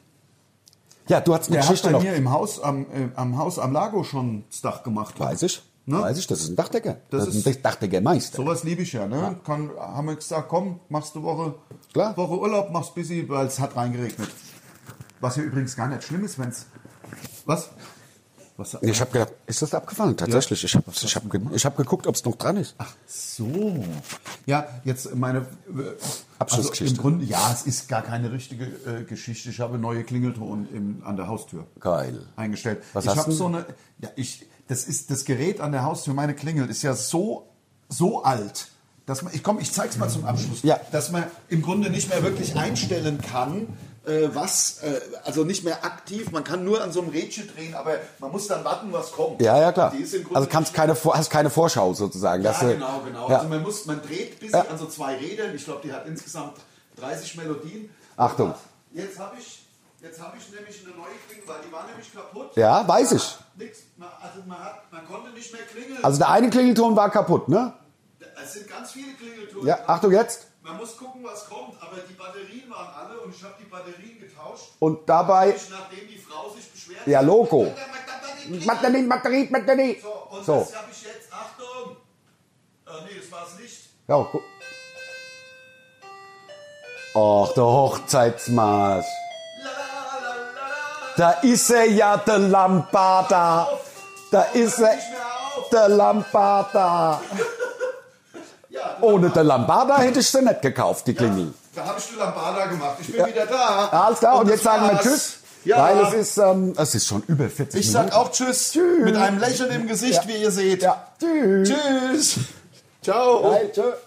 D: Ja, du hast eine
C: Der hat
D: Geschichte
C: bei
D: noch.
C: mir im Haus am, äh, am Haus am Lago schon das Dach gemacht.
D: Weiß ich.
C: Ne?
D: Weiß ich, das ist ein Dachdecker.
C: Das
D: Das, ist ein Dachdeckermeister.
C: Sowas liebe ich ja, ne? Kann, haben wir gesagt, komm, machst du Woche,
D: Klar.
C: Woche Urlaub, machst busy, weil es hat reingeregnet. Was ja übrigens gar nicht schlimm ist, wenn's. Was? Was?
D: Ich habe gedacht, ist das abgefallen? Tatsächlich. Ich habe ich hab, ge- ich hab geguckt, ob es noch dran ist.
C: So. Ja, jetzt meine äh,
D: Abschlussgeschichte.
C: Also im Grunde, ja, es ist gar keine richtige äh, Geschichte. Ich habe neue Klingelton im, an der Haustür
D: Geil.
C: eingestellt.
D: Was
C: ich
D: hast
C: habe
D: du?
C: so eine ja, ich das ist das Gerät an der Haustür, meine Klingel ist ja so so alt. Dass man, ich komm, ich zeig's mal zum Abschluss.
D: Ja.
C: Dass man im Grunde nicht mehr wirklich einstellen kann, äh, was, äh, also nicht mehr aktiv. Man kann nur an so einem Rädchen drehen, aber man muss dann warten, was kommt.
D: Ja, ja, klar.
C: Die ist im Grunde
D: Also kannst keine, Vor- hast keine Vorschau sozusagen. dass
C: ja,
D: du-
C: genau, genau.
D: Ja.
C: Also man muss, man dreht bis
D: Ja.
C: an so zwei Rädern. Ich glaube, die hat insgesamt 30 Melodien.
D: Achtung.
C: Jetzt habe ich, jetzt habe ich nämlich eine neue Klingel, weil die war nämlich kaputt.
D: Ja, weiß
C: Man
D: ich.
C: hat Nix, man, also man, hat, man konnte nicht mehr klingeln.
D: also der eine Klingelton war kaputt, ne?
C: es sind ganz viele Klingeltouren.
D: Ja, Achtung jetzt.
C: Man muss gucken, was kommt, aber die Batterien waren alle und ich habe die Batterien getauscht.
D: Und dabei.
C: Natürlich, nachdem die Frau sich beschwert hat.
D: Ja, Logo.
C: Batterie,
D: Magdalene, Magdalene, Magdalene.
C: So, und
D: So.
C: das habe ich jetzt. Achtung! Äh, nee, das war es nicht.
D: Ja, gu- Och, der Hochzeitsmarsch. Da ist er ja, der Lampada. Da ist er,
C: Nicht mehr auf!
D: der Lampada.
C: Ja,
D: Ohne der Lampada hätte ich sie nicht gekauft, die Klingel.
C: da habe ich eine Lambada gemacht. Ich bin wieder da.
D: Alles klar, und
C: das
D: jetzt sagen wir
C: war's.
D: Tschüss.
C: Ja.
D: Weil es ist, ähm, es ist schon über 40
C: Ich
D: Minuten.
C: sag auch Tschüss. Mit einem Lächeln im Gesicht,
D: Ja.
C: wie ihr seht.
D: Ja, tschüss.
C: Tschüss. Ciao.
D: Geil, tschüss.